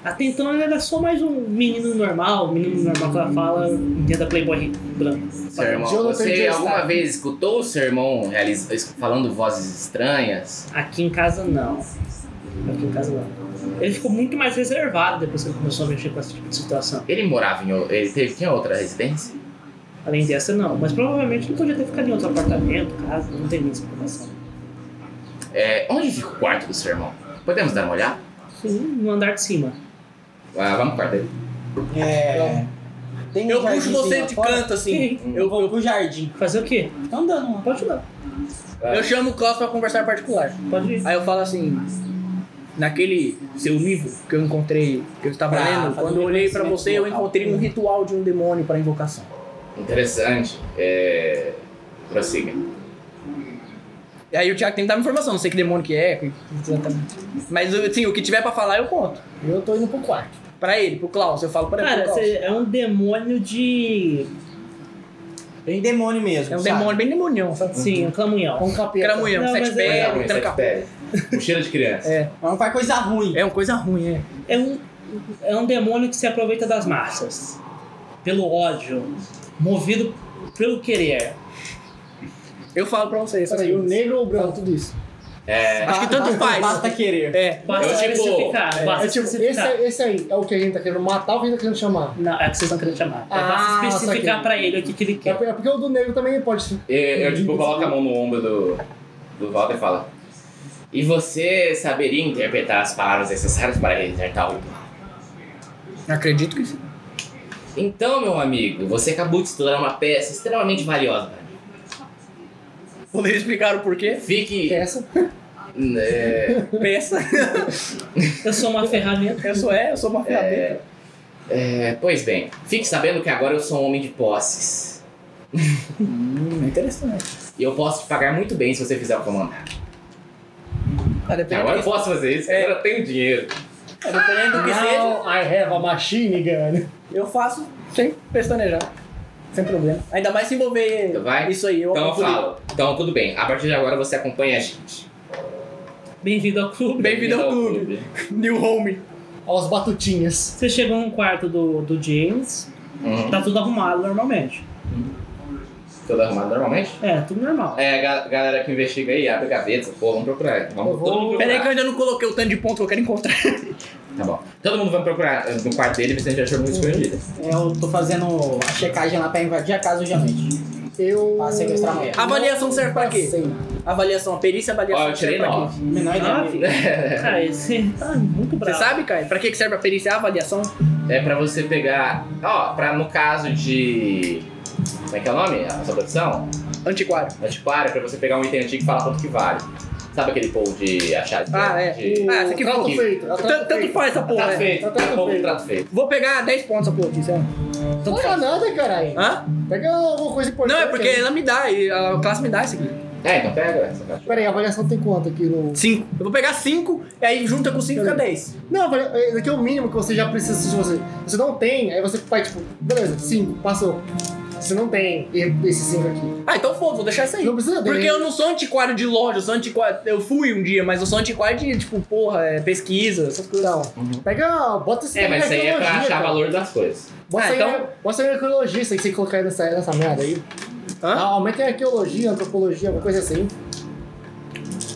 Até então ele era só mais um menino normal, menino normal que ela fala dentro da Playboy branco. Seu irmão, Jonathan você Joestar. alguma vez escutou o seu irmão realiz- es- falando vozes estranhas? Aqui em casa não. Aqui em casa não. Ele ficou muito mais reservado depois que ele começou a mexer com esse tipo de situação. Ele morava em. o- Ele teve, tinha outra residência? Além dessa, não. Mas provavelmente ele podia ter ficado em outro apartamento, casa, não tem muita informação. É, onde fica o quarto do seu irmão? Podemos dar uma olhada? Sim, no andar de cima. Ah, vamos pro quarto dele. É. Tem um Eu puxo jardinzinho você lá de fora. canto assim. Eu, Vou eu, pro jardim. Fazer o quê? Tá andando lá. Pode dar. eu chamo o Klaus pra conversar particular. Pode ir. Aí eu falo assim, naquele seu livro que eu encontrei, que eu estava Ah, lendo, fazer Tá quando um eu olhei pra você, eu local. encontrei um ritual de um demônio para invocação. Interessante. É, prossiga. E aí o Thiago tem que dar uma informação, não sei que demônio que é, que- exatamente. Mas assim, o que tiver pra falar eu conto. Eu tô indo pro quarto. Pra ele, pro Klaus, eu falo pra ele. Cara, pro Klaus. cê- é um demônio de. Bem demônio mesmo. É um sabe? demônio bem demonião, sabe? Sim, um Com camunhão. um capeta. Cramunhão, Não, mas sete é- Não, pés, não, isso é tranca- pele. Mochila de criança. É. Mas não faz coisa ruim. É uma coisa ruim, é. É um, é um demônio que se aproveita das massas. Pelo ódio. Movido pelo querer. Eu falo pra vocês. essas Peraí, o coisas. negro ou o branco? tudo isso. É, Acho que tanto Basta- faz. Basta querer. É. Basta Eu, tipo, especificar. basta É tipo, esse, especificar. é- esse aí é o que a gente tá querendo matar ou a gente tá querendo chamar? Não, é o que vocês estão querendo chamar. É Ah, basta especificar saquei. pra ele o que, que ele É quer. por- é porque o do negro também pode ser. eu, eu, tipo, coloco a mão no ombro do, do Walter e falo. E você saberia interpretar as palavras necessárias para realizar tal ritual? Acredito que sim. Então, meu amigo, você acabou de estudar uma peça extremamente valiosa para mim. Poderia explicar o porquê? Fique. Peça. É, Peça. Eu sou uma ferramenta. eu sou é, eu sou uma ferramenta. é, pois bem, fique sabendo que agora eu sou um homem de posses. Hum, interessante. E eu posso te pagar muito bem se você fizer o comandar. Ah, depende Agora eu do que- posso fazer isso, É. agora eu tenho dinheiro. ah, dependendo do que seja. Now I have a machine gun. Eu faço sem pestanejar. Sem problema. Ainda mais se envolver Vai? isso aí. Eu Então eu calculei. falo. Então tudo bem, a partir de agora você acompanha a gente. Bem-vindo ao clube. Bem-vindo ao clube. New home. Aos batutinhas. Você chegou no quarto do, do James, Uhum. tá tudo arrumado normalmente. Tudo arrumado normalmente? É, tudo normal. É, ga- galera que investiga aí, abre gavetas, pô, vamos procurar. Vamos Eu vou- todo mundo procurar. Peraí que eu ainda não coloquei o tanto de ponto que eu quero encontrar. Tá bom. Todo mundo vai procurar eh, no quarto dele, ver se a gente achou muito escondido. Eu tô fazendo a checagem lá pra invadir a casa urgente. Eu. Ah, Pra sequestrar a mulher. Avaliação serve pra quê? Sim. Avaliação, a perícia, avaliação Ó, eu tirei serve pra nove. quê? Menor Nove? ideia. Cara, esse tá muito Você bravo. sabe, Caio? Pra que que serve a perícia? Ah, A avaliação? É pra você pegar. Ó, pra no caso de. Como é que é o nome? A sua produção? Antiquário. Antiquário, pra você pegar um item antigo e falar quanto que vale. Sabe aquele pool de achar de. Ah, é. de- Ah, essa aqui trato foi. feito. é o Tanto, Trato tanto feito. faz essa porra, Trato né? feito. Tá trato Pool de feito. trato feito. Vou pegar 10 pontos essa porra aqui, sei lá. Não era nada, caralho. Hã? Pega alguma coisa importante. Não, é porque ela me dá, e a classe me dá isso aqui. É, então pega essa caixa. Pera aí, a avaliação tem quanto aqui no. 5. Eu vou pegar 5, e aí junta com 5 fica 10. Não, avalia- esse aqui é o mínimo que você já precisa se você. Você não tem, aí você faz tipo, beleza, 5, passou. Você não tem e- esse cinco aqui. Ah, então foda, vou deixar isso aí. Não precisa dele. Porque eu não sou antiquário de loja, eu sou antiquário. Eu fui um dia, mas eu sou antiquário de, tipo, porra, é, pesquisa, essas coisas. Então, pega, bota esse É, mas isso aí é pra arqueologia, achar cara. valor das coisas. Bota Ah, aí, então- bota aí um arqueologista que você colocar aí nessa, nessa merda aí. Hã? Ah, aumenta em arqueologia, antropologia, alguma coisa assim.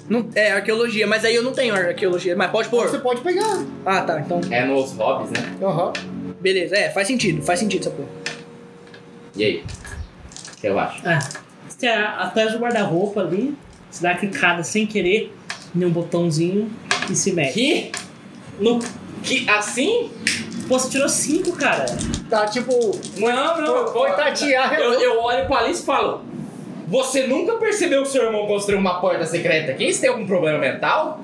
Não, é, arqueologia, mas aí eu não tenho arqueologia. Mas pode Você pôr. pode pegar. Ah, tá, então. É nos hobbies, né? Aham. Beleza, é, faz sentido, faz sentido essa porra. E aí? O que eu acho? Ah, você tem a- atrás do guarda-roupa ali, você dá uma clicada sem querer em um botãozinho e se mexe. Que? No, Que assim? pô, você tirou 5, cara. Tá tipo. Não, não. Foi tatear. Eu, eu olho pra Alice e falo: Você nunca percebeu que seu irmão construiu uma porta secreta aqui? Você tem algum problema mental?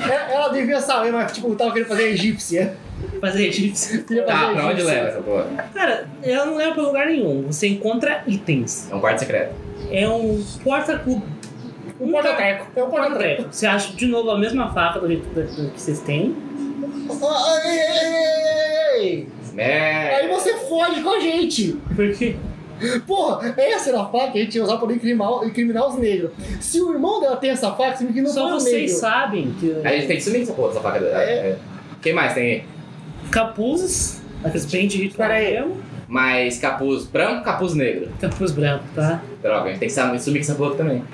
Ela, ela devia saber, mas tipo, tava querendo fazer egípcia. Fazer egípcio. Queria Tá, fazer Ah, pra onde egípcia. leva essa porra? Cara, ela não leva pra lugar nenhum. Você encontra itens. É um quarto secreto. É um porta-clube. Um porta-treco. É um porta-treco. Porta-treco. Você acha de novo a mesma faca do jeito do- do que vocês têm. Ah, ei, ei, ei, ei, ei. É. Aí você foge com a gente. Porque Porra, essa era a faca que a gente ia usar pra incriminar, incriminar os negros. Se o irmão dela tem essa faca, significa que não só foi um vocês negro. sabem que A gente tem que sumir essa porra dessa faca. É. É. Quem mais tem aí? capuzes, aqueles bem de ritual Pera aí. mesmo, Mais capuz branco, capuz negro. capuz branco, tá? Droga, a gente tem que sumir sumir com essa porra também.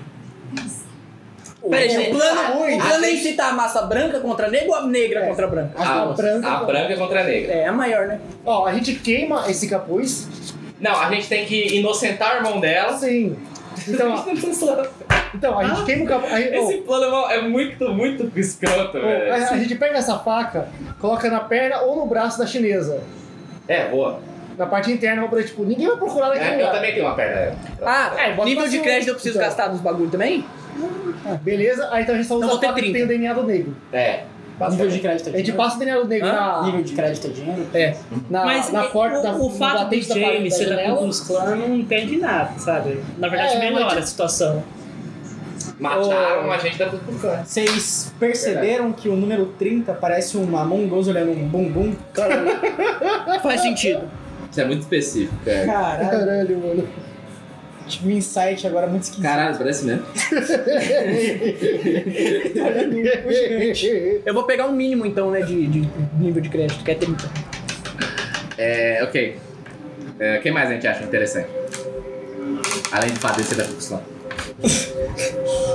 Peraí, gente, o plano, Ui. o plano é incitar massa branca contra negra ou a negra É. contra branca? A a branca. ah. a branca contra a negra. É, a maior, né? Ó, a gente queima esse capuz. Não, a gente tem que inocentar o irmão dela. Assim. Então, ó, então a gente queima o capuz. A, gente- Esse plano é mó- é muito, muito escroto, ó, velho. ó, a- a gente pega essa faca, coloca na perna ou no braço da chinesa. É, boa. Na parte interna, pra poder, tipo, ninguém vai procurar É, naquele eu lugar. também tenho uma perna. Ah, É, bota nível de mais um- crédito eu preciso então. gastar nos bagulho também? Ah, Beleza? Aí então a gente só usa vou a ter faca que 30. tem o DNA do negro. É. Nível de bastante. crédito é A gente dinheiro. passa o DNA do negro Hã? na, Nível de crédito é dinheiro. na, Mas né? na é, porta o, da o no fato do batente da parede James da ser da janela. Ku Klux Klan não impede nada, sabe? Na verdade, É, melhora mas- a situação. Mataram Oh. Ô. a gente da Cucucã. Vocês perceberam que o número 30 parece um Among Us olhando um bumbum? Faz sentido. Isso é muito específico, cara. Caralho, Caralho, mano. tive um insight agora muito esquisito. Caralho, parece mesmo. Eu vou pegar um mínimo então, né, de, de nível de crédito, que é 30. É, ok. É, quem mais a gente acha interessante? Além do fato de ser da Cucucã.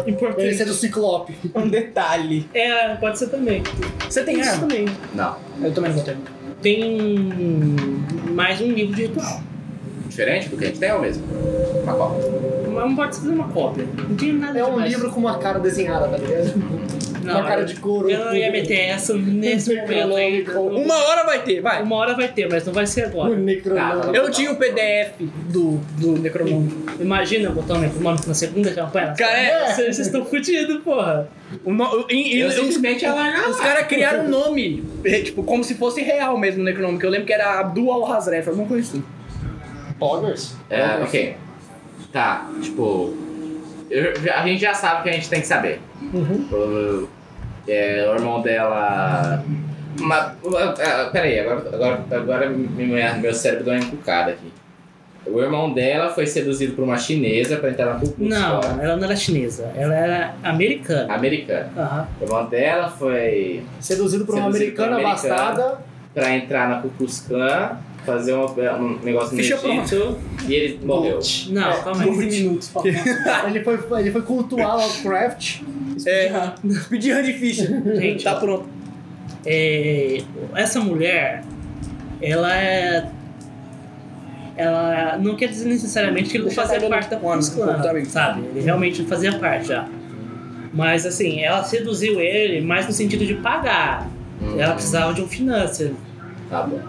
Ele Importante. é do Ciclope. Um detalhe. É, pode ser também. É. Você tem isso arma? também. Não. Eu também não tenho. Tem mais um nível de ritual. Diferente do que a gente tem é o mesmo. Uma qual? Mas não pode fazer uma cópia. Não tem nada É um demais. livro com uma cara desenhada, tá ligado? não, uma cara de couro. Eu não ia meter essa nesse momento aí. Uma hora vai ter, vai. Uma hora vai ter, mas não vai ser O agora. Ah, tá necronome. Eu tinha o PDF do, do Necromundo. Imagina botar um necromônico na segunda campanha. Cara, é. Vocês- Vocês estão fodidos, porra. O no- o- e- e- Eu os- simplesmente ia largar Os caras criaram um nome, é, tipo, como se fosse real mesmo no Necronômico. Eu lembro que era Abdul al-Hazref, alguma coisa assim. Poggers? É, ok. Tá, tipo. eu- a gente já sabe o que a gente tem que saber. O, é, o irmão dela. Mas. ah, Peraí, agora, agora, agora me- minha- meu cérebro deu uma encucada aqui. O irmão dela foi seduzido por uma chinesa pra entrar na cultura Não, ela não era chinesa. Ela era americana. americana. Aham. O irmão dela foi Seduzido por uma Seduzido por americana uma americana. abastada. pra entrar na Cucuscan, fazer um, um negócio no Ficha Egito, e ele morreu. Não, calma aí. 15 minutos. papo. Ele foi, ele foi cultuar Lovecraft. É, pedir hand ficha. Gente, tá ó. pronto. É, essa mulher, ela é. Ela não quer dizer necessariamente que ele não Deixa eu fazia pegar parte da no- no Pontes Clan, computador. sabe? Ele realmente fazia parte já. Mas assim, ela seduziu ele mais no sentido de pagar. Ela precisava de um financeiro. Hum, Tá bom.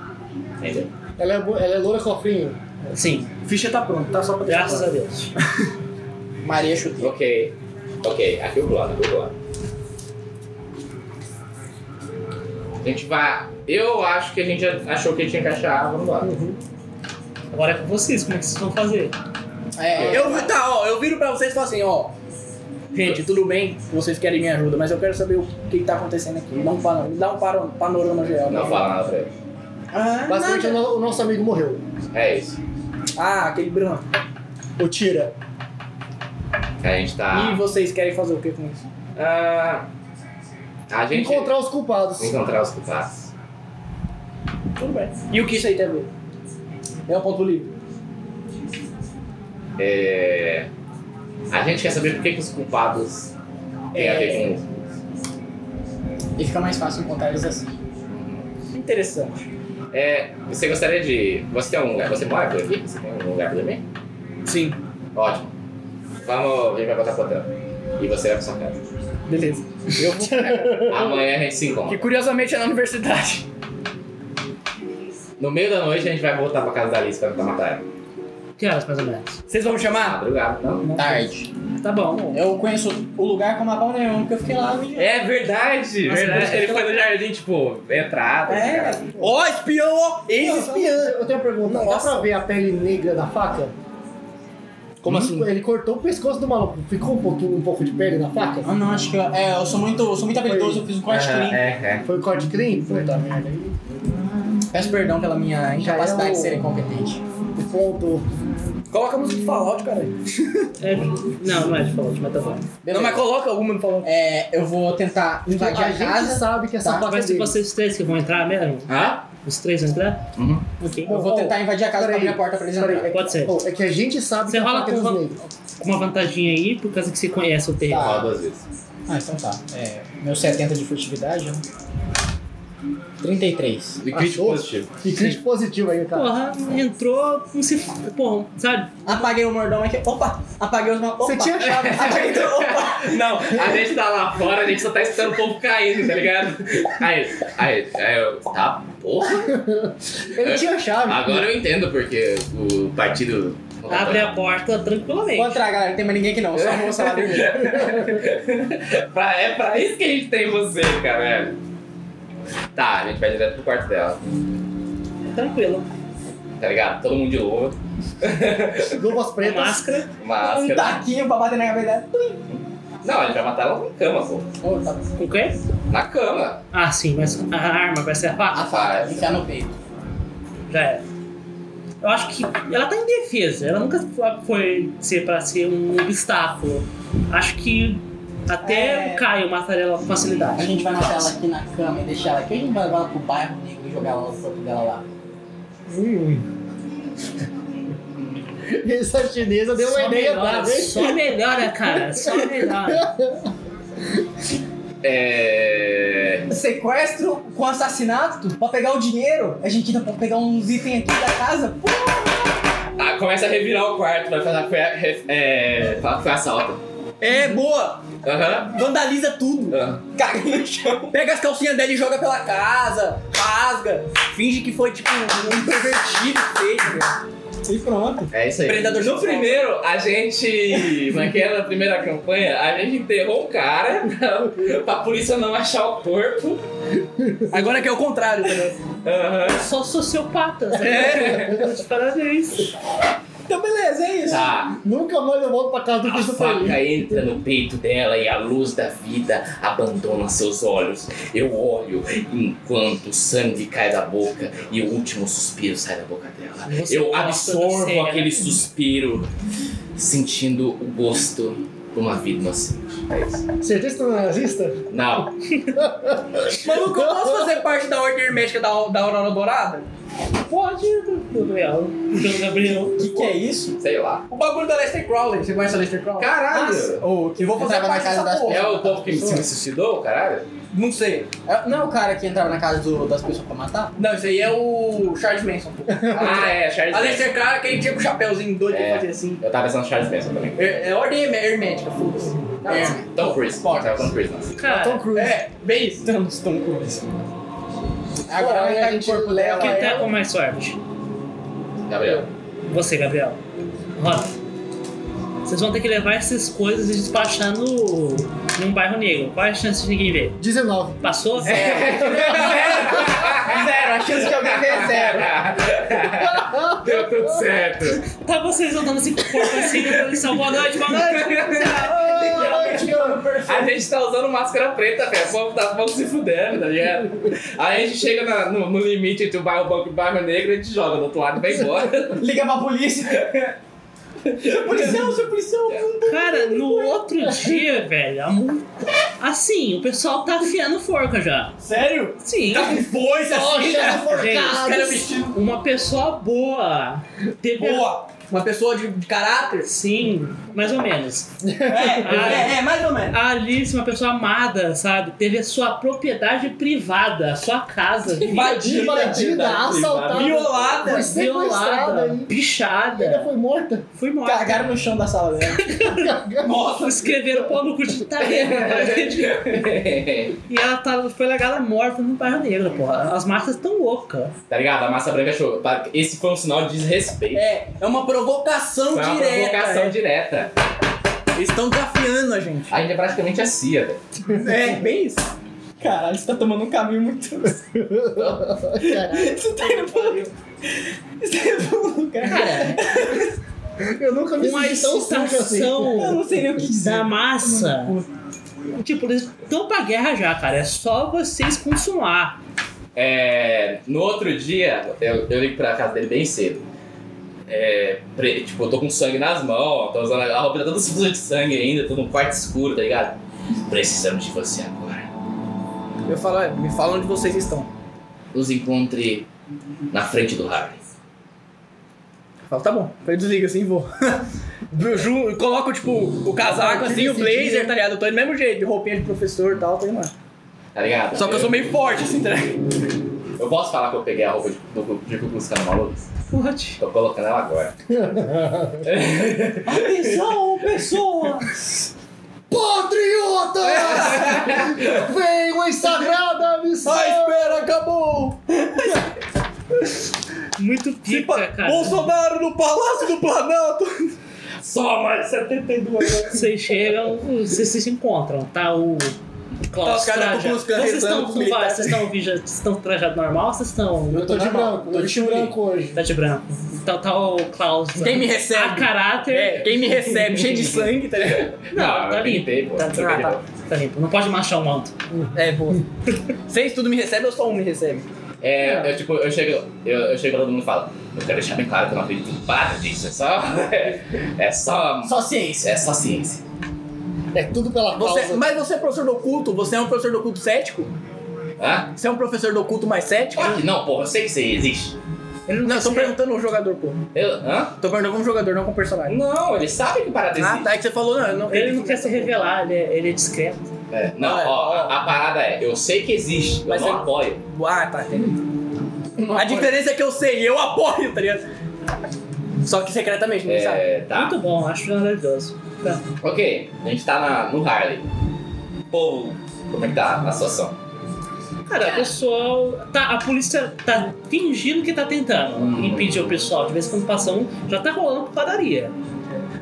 Entendeu? Ela é, bo- ela é loura cofrinho. Sim, Ficha tá pronta, tá só pra deixar. assim, graças a Deus. Maria Chuteira. Ok, ok, aqui o plano, aqui o plano. A gente vai. Eu acho que a gente achou que tinha que achar. Vamos lá. Agora é com vocês, como é que vocês vão fazer? É, Eu, vi- tá, ó, eu viro pra vocês e falo assim, ó. Gente, tudo bem, vocês querem minha ajuda, mas eu quero saber o que que tá acontecendo aqui. Dá um, pano- me dá um paro- panorama geral. Não fala nada pra ele. Ah, Basicamente, o, no- o nosso amigo morreu. É isso. Ah, aquele branco. O Tira. A gente tá. E vocês querem fazer o que com isso? Ah, a gente. Encontrar os culpados. Encontrar os culpados. Tudo bem. E o que isso aí tem a ver? É um ponto livre. É... A gente quer saber por que, que os culpados têm a É. ver com. E fica mais fácil encontrar eles assim. Interessante. É, você gostaria de. Você tem algum lugar? Você mora por aqui? Você tem algum lugar pra dormir? Sim. Ótimo. Vamos, a gente vai voltar pro hotel. E você vai pra sua casa. Beleza. Eu vou... Amanhã a gente se que encontra. curiosamente é na universidade. No meio da noite a gente vai voltar pra casa da Alice pra tentar matar ela. Que horas, mais ou menos? Vocês vão me Ah. chamar? Madrugada, não? Tarde. Tá bom. Eu conheço o lugar como a pau nenhum, porque eu fiquei lá. e- É verdade! Nossa, verdade. é, ele foi no jardim, tipo, entrada. É. assim, cara. Ó, espião, ó! Espiã. Eu tenho uma pergunta. Dá pra ver a pele negra da faca? Como Hum? assim? Ele cortou o pescoço do maluco. Ficou um pouquinho, um pouco de pele na faca? Ah, não, acho que eu, é, eu sou muito, eu sou muito habilidoso, eu fiz um corte Aham, clean. É, é. Foi o corte clean? Puta merda. Peço perdão pela é minha incapacidade de ser incompetente. O ponto. Coloca a música do Fallout, cara. É, não, não é de falar, mas tá bom. Não, mas coloca alguma do Fallout. É, eu vou tentar invadir A, a, gente casa. sabe que essa Tá, faca Vai é ser dele. vocês três que vão entrar mesmo? Hã? Os três vão entrar? Uhum. Ok. Eu vou tentar invadir a casa pra abrir Peraí, a porta pra eles peraí, entrarem. é que- Pode ser. Bom, é que a gente Você sabe que a rola faca é dos com- negros. Com uma vantaginha aí, por causa que você conhece o terreno. Tá. Fala duas vezes. Ah, então tá. É, meu 70 de furtividade, né? 33. E crítico Achou? positivo. E crítico positivo Tá, aí, cara. Porra, entrou, não se. Porra, sabe? Apaguei o mordom aqui. Opa! Apaguei os mordom. Você tinha achado. Apaguei tudo. Opa! Não, a gente tá lá fora, a gente só tá escutando o povo caindo, tá ligado? Aí, aí, aí eu. Tá, porra! Ele tinha a chave. Agora eu entendo porque o partido. tá Abre a porta tranquilamente. Tá. Pode entrar, galera. Não tem mais ninguém aqui não. Só a moça lá dormindo. Pra- é pra isso que a gente tem você, cara. é. Tá, a gente vai direto pro quarto dela, Tranquilo. tá ligado? Todo mundo de luva, Luvas Com pretas. máscara. Um máscara. taquinho pra bater na cabeça dela. Não, a gente vai matar ela na cama, pô. Ô, tá. Com o quê? Na cama. Ah, sim, mas a arma vai ser a Ah, faca? A tá. faca, enfiar no peito. Ah. Já é. Eu acho que ela tá indefesa. Ela nunca foi ser pra ser um obstáculo. Acho que até É. o Caio mataria ela com A facilidade. gente vai matar ela aqui na cama e deixar ela aqui. A gente vai levar ela pro bairro negro e jogar ela no corpo dela lá. Essa chinesa deu uma Só ideia melhora, brava, hein? só melhora, cara. Só melhora. É. Sequestro com assassinato pra pegar o dinheiro. A gente ainda pode pegar uns itens aqui da casa. Pô, Ah, começa a revirar o quarto, vai fazer. Foi, a- re- é, fa- foi assalto. É, boa! Aham. Vandaliza tudo. aham. Caga no chão. Pega as calcinhas dela e joga pela casa. Rasga. Finge que foi, tipo, um pervertido que fez, né? velho. e pronto. É isso aí. Predador No primeiro, a gente. é Naquela primeira campanha, a gente enterrou o cara pra, pra polícia não achar o corpo. Agora que é o tá contrário, entendeu? Aham. Só sociopata. É. Tô de parabéns. Então beleza, é isso. Tá. Nunca mais eu volto pra casa do A Christopher Lee. faca entra no peito dela e a luz da vida abandona seus olhos. Eu olho enquanto o sangue cai da boca e o último suspiro sai da boca dela. Você Eu gosta da absorvo cena. aquele suspiro, sentindo o gosto de uma vida inocente. É isso. Certeza que tu não é nazista? Não, Maluco, eu posso fazer parte da ordem hermética da, da Aurora Dourada? Pode, Gabriel. Então, Gabriel. O que, que é isso? sei lá. O bagulho da Lester Crowley. Você conhece a Lester Crowley? Caralho! Ou que Eu vou fazer entrava na parte casa dessa das porra. É o povo que me se suicidou, caralho? Não sei. É, Não é o cara que entrava na casa do- das pessoas pra matar? Não, isso aí é o Charles Manson. pô. Ah, é, Charles A Manson. Lester Crowley é aquele tinha com o chapéuzinho doido É. pra fazer assim. Eu tava pensando no Charles Manson também. É, é ordem hermé- hermética, foda-se. É. Tom Cruise. Tava falando Cruise, nossa. Cara, Então É, bem isso. é Estamos tão cruéis. Agora vai estar com o tipo, corpo dela. quem tá ela- com mais sorte? Gabriel. Você, Gabriel. Roda. Vocês vão ter que levar essas coisas e despachar no, num bairro negro. Qual é a chance de ninguém ver? 19. Passou? Zero, a chance de alguém ver é zero. Deu tudo certo. Tá vocês andando assim com o corpo assim, eu falei assim, boa noite, boa noite. Literalmente, mano. A gente tá usando máscara preta, velho. O povo tá pouco se fudendo, tá ligado? Aí a gente chega na- no, no limite entre o bairro branco e o bairro negro, a gente joga do outro lado e vai embora. Liga pra polícia. seu policial, seu policial. Cara, no outro dia, velho, a mu- assim, o pessoal tá afiando forca já. Sério? Sim. Tá Pois é. Gente, uma pessoa boa. Teve Boa! Uma pessoa de, de caráter? Sim, mais ou menos. É, é, é, mais ou menos. A Alice, uma pessoa amada, sabe? Teve a sua propriedade privada, a sua casa. Invadida. Invadida, assaltada. Violada. Foi sequestrada. Violada, hein? pichada, Ainda foi morta. foi morta. Cagaram no chão da sala dela. Nossa, escreveram pau no cu de tarefa. e ela tava, foi legada morta no bairro negro, porra. As massas tão loucas. tá ligado? A massa branca achou. pá, Esse foi um sinal de desrespeito. É, é uma provocação Foi uma direta. provocação é. direta. Eles estão desafiando a gente. A gente é praticamente a CIA, velho. É, bem isso. Caralho, você tá tomando um caminho muito. você tá indo pra. Você tá indo pra um lugar. Cara, Eu nunca vi uma isso tão sujo assim. Eu não excitação sei nem o que dizer. da massa. Tipo, eles estão pra guerra já, cara. É só vocês consumar. É, no outro dia, eu, eu ligo pra casa dele bem cedo. É, pre- tipo, eu tô com sangue nas mãos, tô usando a roupa tá toda suja de sangue ainda, tô num quarto escuro, tá ligado? Precisamos de você agora. Eu falo, "Olha, me fala onde vocês estão. Nos encontre na frente do Harry. Eu falo, tá bom. Aí desliga assim e vou. Eu ju- eu coloco, tipo, o casaco assim, o blazer, tá ligado? Eu tô do mesmo jeito, de roupinha de professor e tal, tô indo lá. Tá ligado? Só que eu sou meio forte, assim, tá ligado? Eu posso falar que eu peguei a roupa de, do, do, de Ku Klux Klan maluco? Pode. Tô colocando ela agora. Atenção, pessoa! Patriotas! Tá, Vem uma sagrada missão! Ah, espera, acabou! Muito Se pa- pica, cara. Bolsonaro no Palácio do Planalto! Só mais 72 Vocês chegam, vocês se encontram, tá? O Tá, Klaus os caras traja. com os caras Vocês rezando estão com com militar. vocês estão, vija- vocês estão trajados normal ou vocês estão Eu tô de normal, branco, tô eu de de branco hoje. tá de branco? Então tá o Klaus. né? Quem me A recebe? caráter. É, quem me recebe, cheio de sangue, tá ligado? Não, tá Não, eu limpo. limpei, Ah, pô. Tá, Eu tá, limpei. tá, tá limpo. Não pode manchar o manto. É, pô. Seis tudo me recebe ou só um me recebe? É, eu tipo, eu chego, eu, eu chego lá, todo mundo fala, eu quero deixar bem claro que eu não acredito em nada disso, é só. É só. Só ciência. É só ciência. É tudo pela Você- causa. mas você é professor do culto, você é um professor do culto cético? Hã? Você é um professor do culto mais cético? Claro que não, porra, eu sei que você existe. Não, eu tô perguntando o jogador, pô. Eu, hã? Tô perguntando como jogador, não como personagem. Não, ele sabe que parada existe. Ah, tá, é que você falou, não, eu não Ele não quer se revelar, ele é, ele é discreto. É, não, Ah, é. ó, a, a parada é, eu sei que existe, Mas eu não eu- apoio. Ah, tá, entendi. A diferença é que eu sei, eu apoio, tá ligado? Só que secretamente, ninguém sabe. É, tá. Muito bom, acho maravilhoso. Tá. Ok, a gente tá na, no Harley. Povo, como é que tá a situação? Cara, o pessoal. Tá, a polícia tá fingindo que tá tentando Uhum. impedir o pessoal. De vez em quando passa um, já tá rolando pra padaria.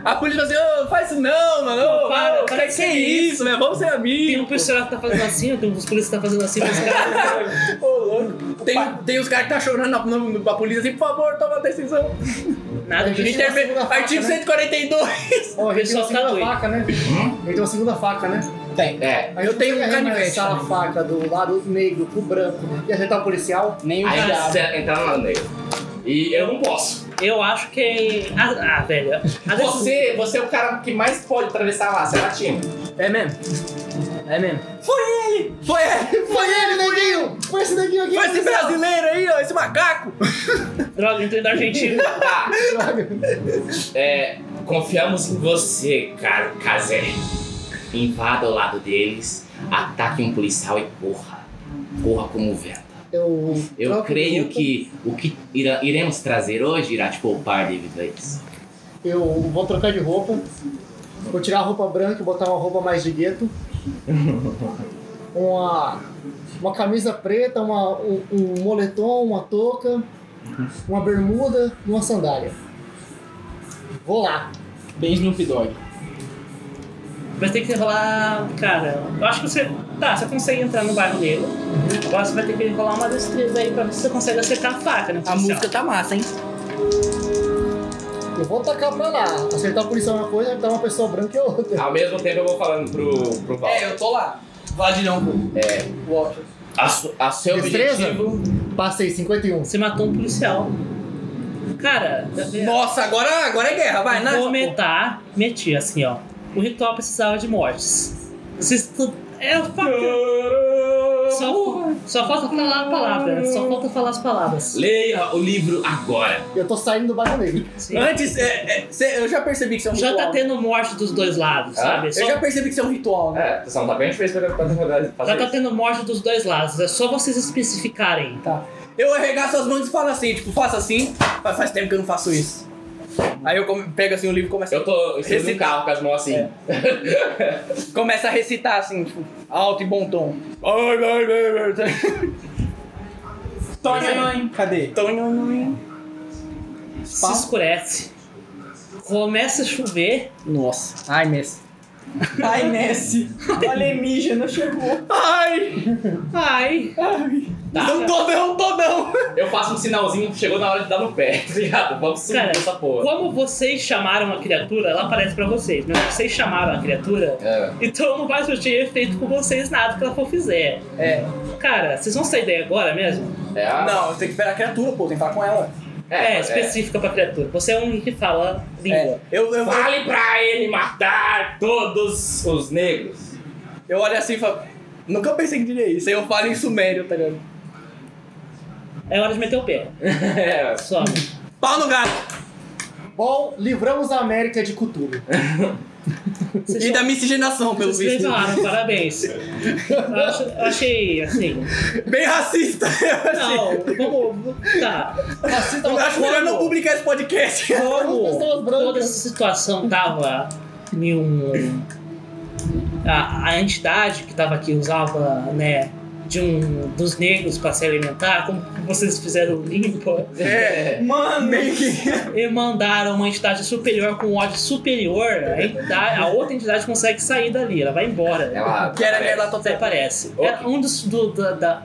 A polícia fala assim, ô, faz isso não, mano. Pô, ô, para, mano, para que que é isso, né? Vamos ser Tem um amigos. pessoal que tá fazendo assim, tem uns policiais que tá fazendo assim, mas cara. Ô, louco. Tem, um tem os caras que tá chorando na, na, na- pra polícia assim, por favor, toma a decisão. Nada disso. Interve- segunda faca, Artigo né? pessoal Ó, ele tem 142. uma segunda tá doido. faca, né? Ele tem uma segunda faca, né? É, Aí Eu tenho um que canivete arremessar a também. faca do lado negro pro branco né? e acertar o policial. Nem o aí diabo. você entrar tá no lado negro. E eu não posso. Eu acho que. Ah, ah velho. Às vezes- Você, você é o cara que mais pode atravessar lá, você é latino. É mesmo? É mesmo? Foi ele! Foi ele, neguinho! Foi esse neguinho aqui! Foi ele! Foi esse brasileiro aí, ó, esse macaco! Droga, entrei da Argentina. Tá. É, confiamos em você, caro Kazé. Invada o lado deles, ataque um policial e corra. Corra como venta. Eu, Eu troco de creio roupa, que o que ira- iremos trazer hoje irá tipo, te poupar devido a isso. Eu vou trocar de roupa. Vou tirar a roupa branca e botar uma roupa mais de gueto. Uma, uma camisa preta, uma, um, um moletom, uma touca, uma bermuda e uma sandália. Vou lá. Bem Snoop Dogg. Mas tem que rolar. Cara, eu acho que você. Tá, você consegue entrar no bairro negro. Agora você vai ter que rolar uma destreza aí pra ver se você consegue acertar a faca, né? A música tá massa, hein? Eu vou tacar pra lá. Acertar a polícia é uma coisa, acertar uma pessoa branca é outra. Ao mesmo tempo eu vou falando pro, pro Val. É, eu tô lá. Vladilhão, pô. É. Walter. A, su- a seu Destreza? objetivo. Passei, 51. Você matou um policial. Cara, tá Nossa, agora, agora é guerra, vai. Nada. vou aumentar. Meti assim, ó. O ritual precisava de mortes. Vocês. tu- É o fato. Só, só falta falar a palavra. Só falta falar as palavras. Leia o livro agora. Eu tô saindo do bairro negro. Sim. Antes, é, é, cê- eu já percebi que isso é um Já ritual. tá tendo morte dos dois lados, Ah, sabe? eu Eu Só- já percebi que isso é um ritual, né? É, você não tá bem, a gente fez pra pra- pra- pra já tá fazer tendo morte dos dois lados. É só vocês especificarem. Tá Eu arregaço as mãos e falo assim, tipo, faço assim, fa- faz tempo que eu não faço isso. Aí eu come- pego assim o livro e isso. começo, Eu tô estando no Recitar. carro com as mãos assim. É. começo a recitar assim, tipo, alto e bom tom. Ai, ai, ai, ai. Tonha, Cadê? Então, não, não. Se escurece. Começa a chover. Nossa. Ai, Messi. Ai, Messi. O alienígena chegou. Ai! Ai! Não tô não, tô não! Tá. Eu faço um sinalzinho, chegou na hora de dar no pé, tá ligado? Vamos subir Cara, essa porra. Como vocês chamaram a criatura, ela aparece pra vocês, mas vocês chamaram a criatura, É. então não vai surtir efeito com vocês nada que ela for fizer. É. Cara, vocês vão sair daí agora mesmo? É, a- Não, eu tenho que esperar a criatura, pô, tem que falar com ela. É, específica pra criatura. Você é um que fala língua. Eu, eu, Fale pra ele matar todos os negros. eu olho assim e falo, nunca pensei que diria isso. Aí eu falo em sumério, tá ligado? É hora de meter o pé. É. Some. Pau no gato! Bom, livramos a América de Cthulhu. Vocês E são- da miscigenação, pelo vocês visto. levaram, parabéns. Eu acho- eu achei, assim. Bem racista, eu achei. Não, vamos. Tá. Assista Eu acho melhor não publicar esse podcast. como pessoas brancas. toda essa situação tava em um. A, a entidade que tava aqui usava, né, de um dos negros para se alimentar, como vocês fizeram limpa, É. Mano. Meio que. e mandaram uma entidade superior com ódio superior, É a, entidade- a outra entidade consegue sair dali, ela vai embora. Ela. Que era aquela Até total parece. É um dos. Do, da, da-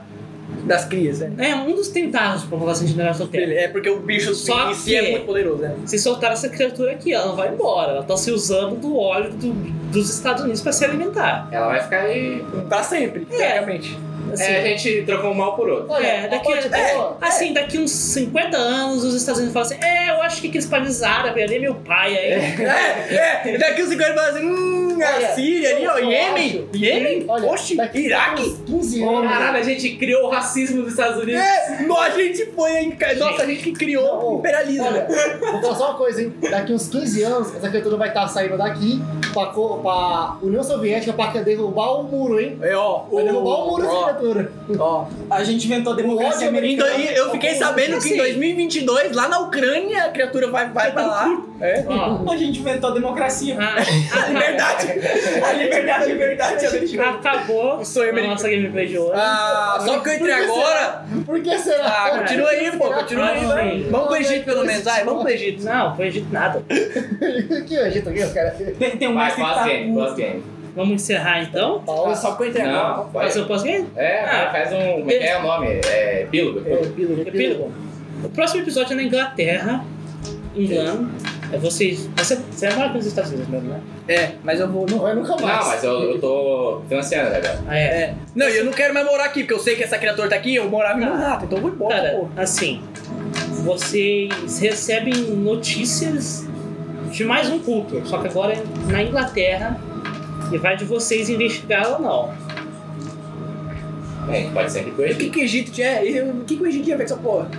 das crias, né? é um dos tentáculos pra população de Neratotep. É porque o bicho Só em si que- é muito poderoso, né? Se soltar essa criatura aqui, ela não vai embora. Ela tá se usando do óleo do- dos Estados Unidos pra se alimentar. Ela vai ficar aí. Pra sempre, praticamente. Assim, É, a gente trocou um mal por outro. Olha, É, a daqui- parte boa- assim, daqui uns 50 anos, os Estados Unidos falam assim: é, eu acho que aqueles países árabes ali, meu pai aí. É, é. Daqui os 50 anos, assim, hum, Olha, a Síria ali, ó, eu Iêmen. acho- Iêmen? Olha, Oxe, daqui Iraque. uns 15 anos. Caralho, a gente criou o racismo dos Estados Unidos. É, nó, a gente foi, hein? cara. Nossa, a gente que criou o Não, imperialismo. Olha, vou falar só uma coisa, hein? Daqui uns 15 anos, essa criatura vai estar saindo daqui pra, co- pra União Soviética pra derrubar o muro, hein? É, ó. Vai derrubar o muro essa ó, criatura. ó. A gente inventou a democracia Em americana. é dois- Então, eu fiquei sabendo assim. que em 2022, lá na Ucrânia, a criatura vai, vai pra lá. É. Ó, Então, ah, A gente inventou a democracia. a- A liberdade. A liberdade, a liberdade. a- acabou O sonho a nossa gameplay de hoje. Ah, só que entre agora. Por que será? Ah, continua aí, pô, continua aí. Ah, vai. assim, sim. Vamos pro Egito pelo menos, vai, vamos pro Egito. Não, foi de nada. que agito aqui, cara. Tem, tem um Vai, mestre que tá pós-game, puto. pós-game. Vamos encerrar então? Olha Paula, Só que entre agora. Não, vai. Fazer o pós-game? É, Ah. faz um. Como é que é o nome? É. Epílogo. Epílogo. O próximo episódio é na Inglaterra. Engano. É vocês. Você, você é mora nos Estados Unidos mesmo, né? É, mas eu vou. Não vai nunca mais. Não, mas eu, eu tô financiando, né, velho? Ah, é. É. Não, e eu não quero mais morar aqui, porque eu sei que essa criatura tá aqui, eu morava em Tá. Manhattan, então eu vou embora, Cara, pô. assim, vocês recebem notícias de mais um culto, só que agora é na Inglaterra e vai de vocês investigar ou não. É, pode ser que E O coisa. que que o Egito tinha? E O que que o Egito tinha a ver com essa porra?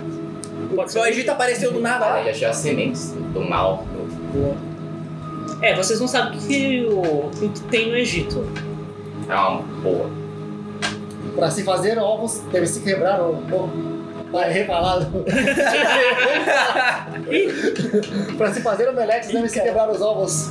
Pode ser O um- Egito apareceu do nada Cara, lá. já achei as sementes do mal. do- É, vocês não sabem o que, que o, o que tem no Egito. É uma boa. Pra se fazer ovos, deve se quebrar o ovo. Vai rebalado. pra se fazer omeletes, deve se quebrar os ovos.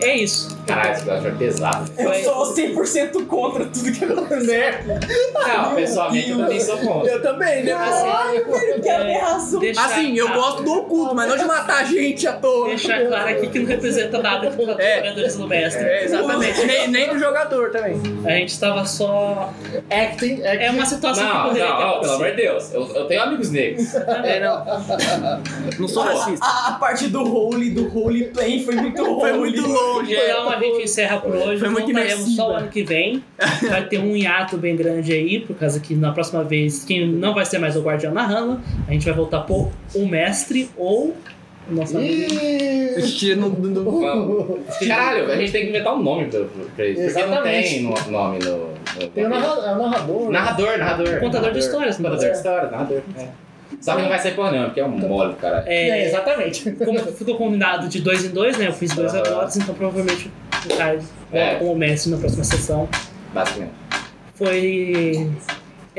É isso. Caralho, esse episódio foi pesado. Foi- Eu sou 100% contra tudo que Né? aconteceu. Não, pessoalmente eu também sou contra. Eu também, né? Caralho, velho, que aberração. é, Deixar- Assim, eu ah, gosto do oculto, mas não de matar gente à toa. Deixar claro aqui que não representa nada que os É. jogadores do mestre. É, exatamente. nem, nem do jogador também. A gente estava só. Acting, acting. É uma situação que Não, poderia ter não, ó, pelo acontecido. amor de Deus. Eu, eu tenho amigos negros. É, não. Não sou racista. A, a parte do role, do roleplay foi muito role. Foi muito longe. é. Então a gente encerra por hoje. Foi muito Voltaremos imersiva. só o ano que vem. Vai ter um hiato bem grande aí, por causa que na próxima vez, quem não vai ser mais o guardião na Rama, a gente vai voltar por o mestre ou o nosso amigo. Ih, Ixi, não- não- não- Vamos. Caralho, a gente tem que inventar um nome pra, pra isso. Porque não tem no- nome no. no- Tem o narra- é o narrador. né? Narrador, narrador. Contador de histórias, Contador de histórias, narrador. é. Só que não vai sair por não, porque é um mole, cara. É, exatamente. como ficou combinado de dois em dois, né? Eu fiz dois Aham. agora, então provavelmente o Caio volta É. com o mestre na próxima sessão. Basicamente. Foi.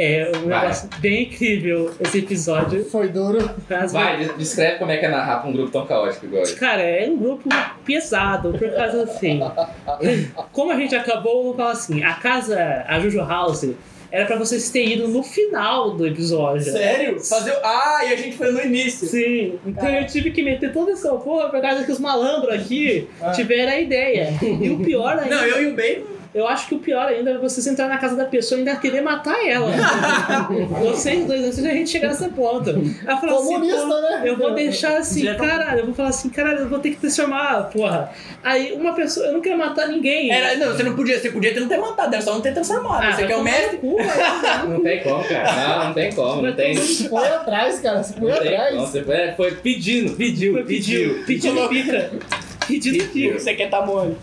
É um Vai. negócio bem incrível esse episódio. Foi duro. Mas Vai, des- descreve como é que é narrar pra um grupo tão caótico igual esse. Cara, é um grupo pesado, por causa assim. Como a gente acabou, eu vou falar assim: a casa, a Juju House, era pra vocês terem ido no final do episódio. Sério? Fazer. o- Ah, e a gente foi no início. Sim, então eu tive que meter toda essa porra por causa que os malandros aqui tiveram a ideia. E o pior ainda. Ah. Não, eu e o Ben. Eu acho que o pior ainda é vocês entrar na casa da pessoa e ainda querer matar ela. vocês dois, antes da gente chegar nessa ponta. Ela fala Comunista, assim, então, pô, né? eu vou deixar assim, caralho, eu vou falar assim, caralho, eu vou ter que transformar, porra. Aí uma pessoa, eu não quero matar ninguém. Era, não, você não podia, você podia ter não ter matado, era só não ter transformado. Ah, você vai é então quer o tomar mestre? no cu, vai. Não tem como, cara. Não, não tem como. Não tem. Não Foi atrás, cara. Você foi tem como. um atrás. Você foi, é, foi pedindo, pediu, Foi pediu. pedido, pedido fica. Pedido fica. Você quer tá mole.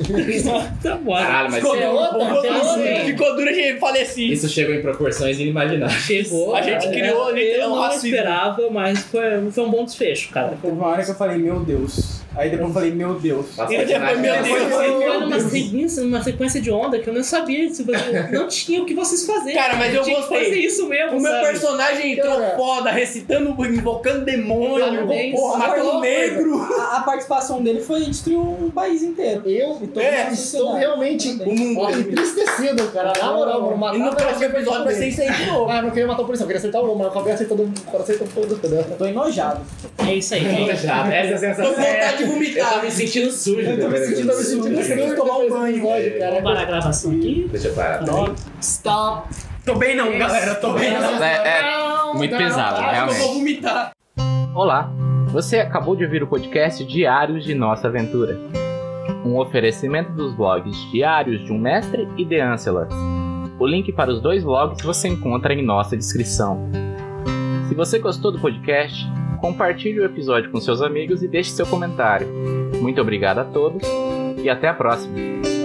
Tá bom. Caralho, mas Ficou isso- duro, é outra, ficou tem duro, outra. Ficou duro, a gente faleceu. isso chegou em proporções inimagináveis. Chegou. A gente cara. criou, a gente é Eu um não racismo. esperava, mas foi, foi um bom desfecho, cara. Teve uma hora que eu falei, meu Deus. Aí depois eu falei, meu Deus. Nossa, foi Eu já é demais, fui, meu cara. Deus. Foi, foi Meu numa sequência, numa sequência de onda que eu não sabia se você- não tinha o que vocês fazerem. Cara, mas eu tipo, tinha que gostei. fazer isso mesmo. O meu sabe? personagem entrou assim, Cara. foda, recitando, invocando demônio, Parabéns. porra, matando Falou, negro. A, a participação dele foi destruir um país inteiro. Eu E todo É, mundo estou suicidado. realmente Também. O mundo. entristecido, cara. Na moral, mano. Matar E no cara, próximo episódio vai ser isso aí de novo. Ah, não queria matar o policial, eu queria acertar o Lula, mas eu acabei acertando o né? cara acertando todo Eu tô enojado. É isso aí. Tô gente. chato, Essa é a Tô com sensação. vontade de Eu tô vomitar. me sentindo sujo. Eu tô me depois sentindo desse- absurdo, preciso preciso tomar um desse banho. episódio, Vamos parar a cara. gravação aqui. Deixa eu parar. Stop. Tô bem não, galera, tô bem não. é, muito pesado, Acho que eu vou vomitar. Olá, você acabou de ouvir o podcast Diários de Nossa Aventura. Um oferecimento dos blogs Diários de um Mestre e The Ancelors. O link para os dois blogs você encontra em nossa descrição. Se você gostou do podcast, compartilhe o episódio com seus amigos e deixe seu comentário. Muito obrigado a todos e até a próxima.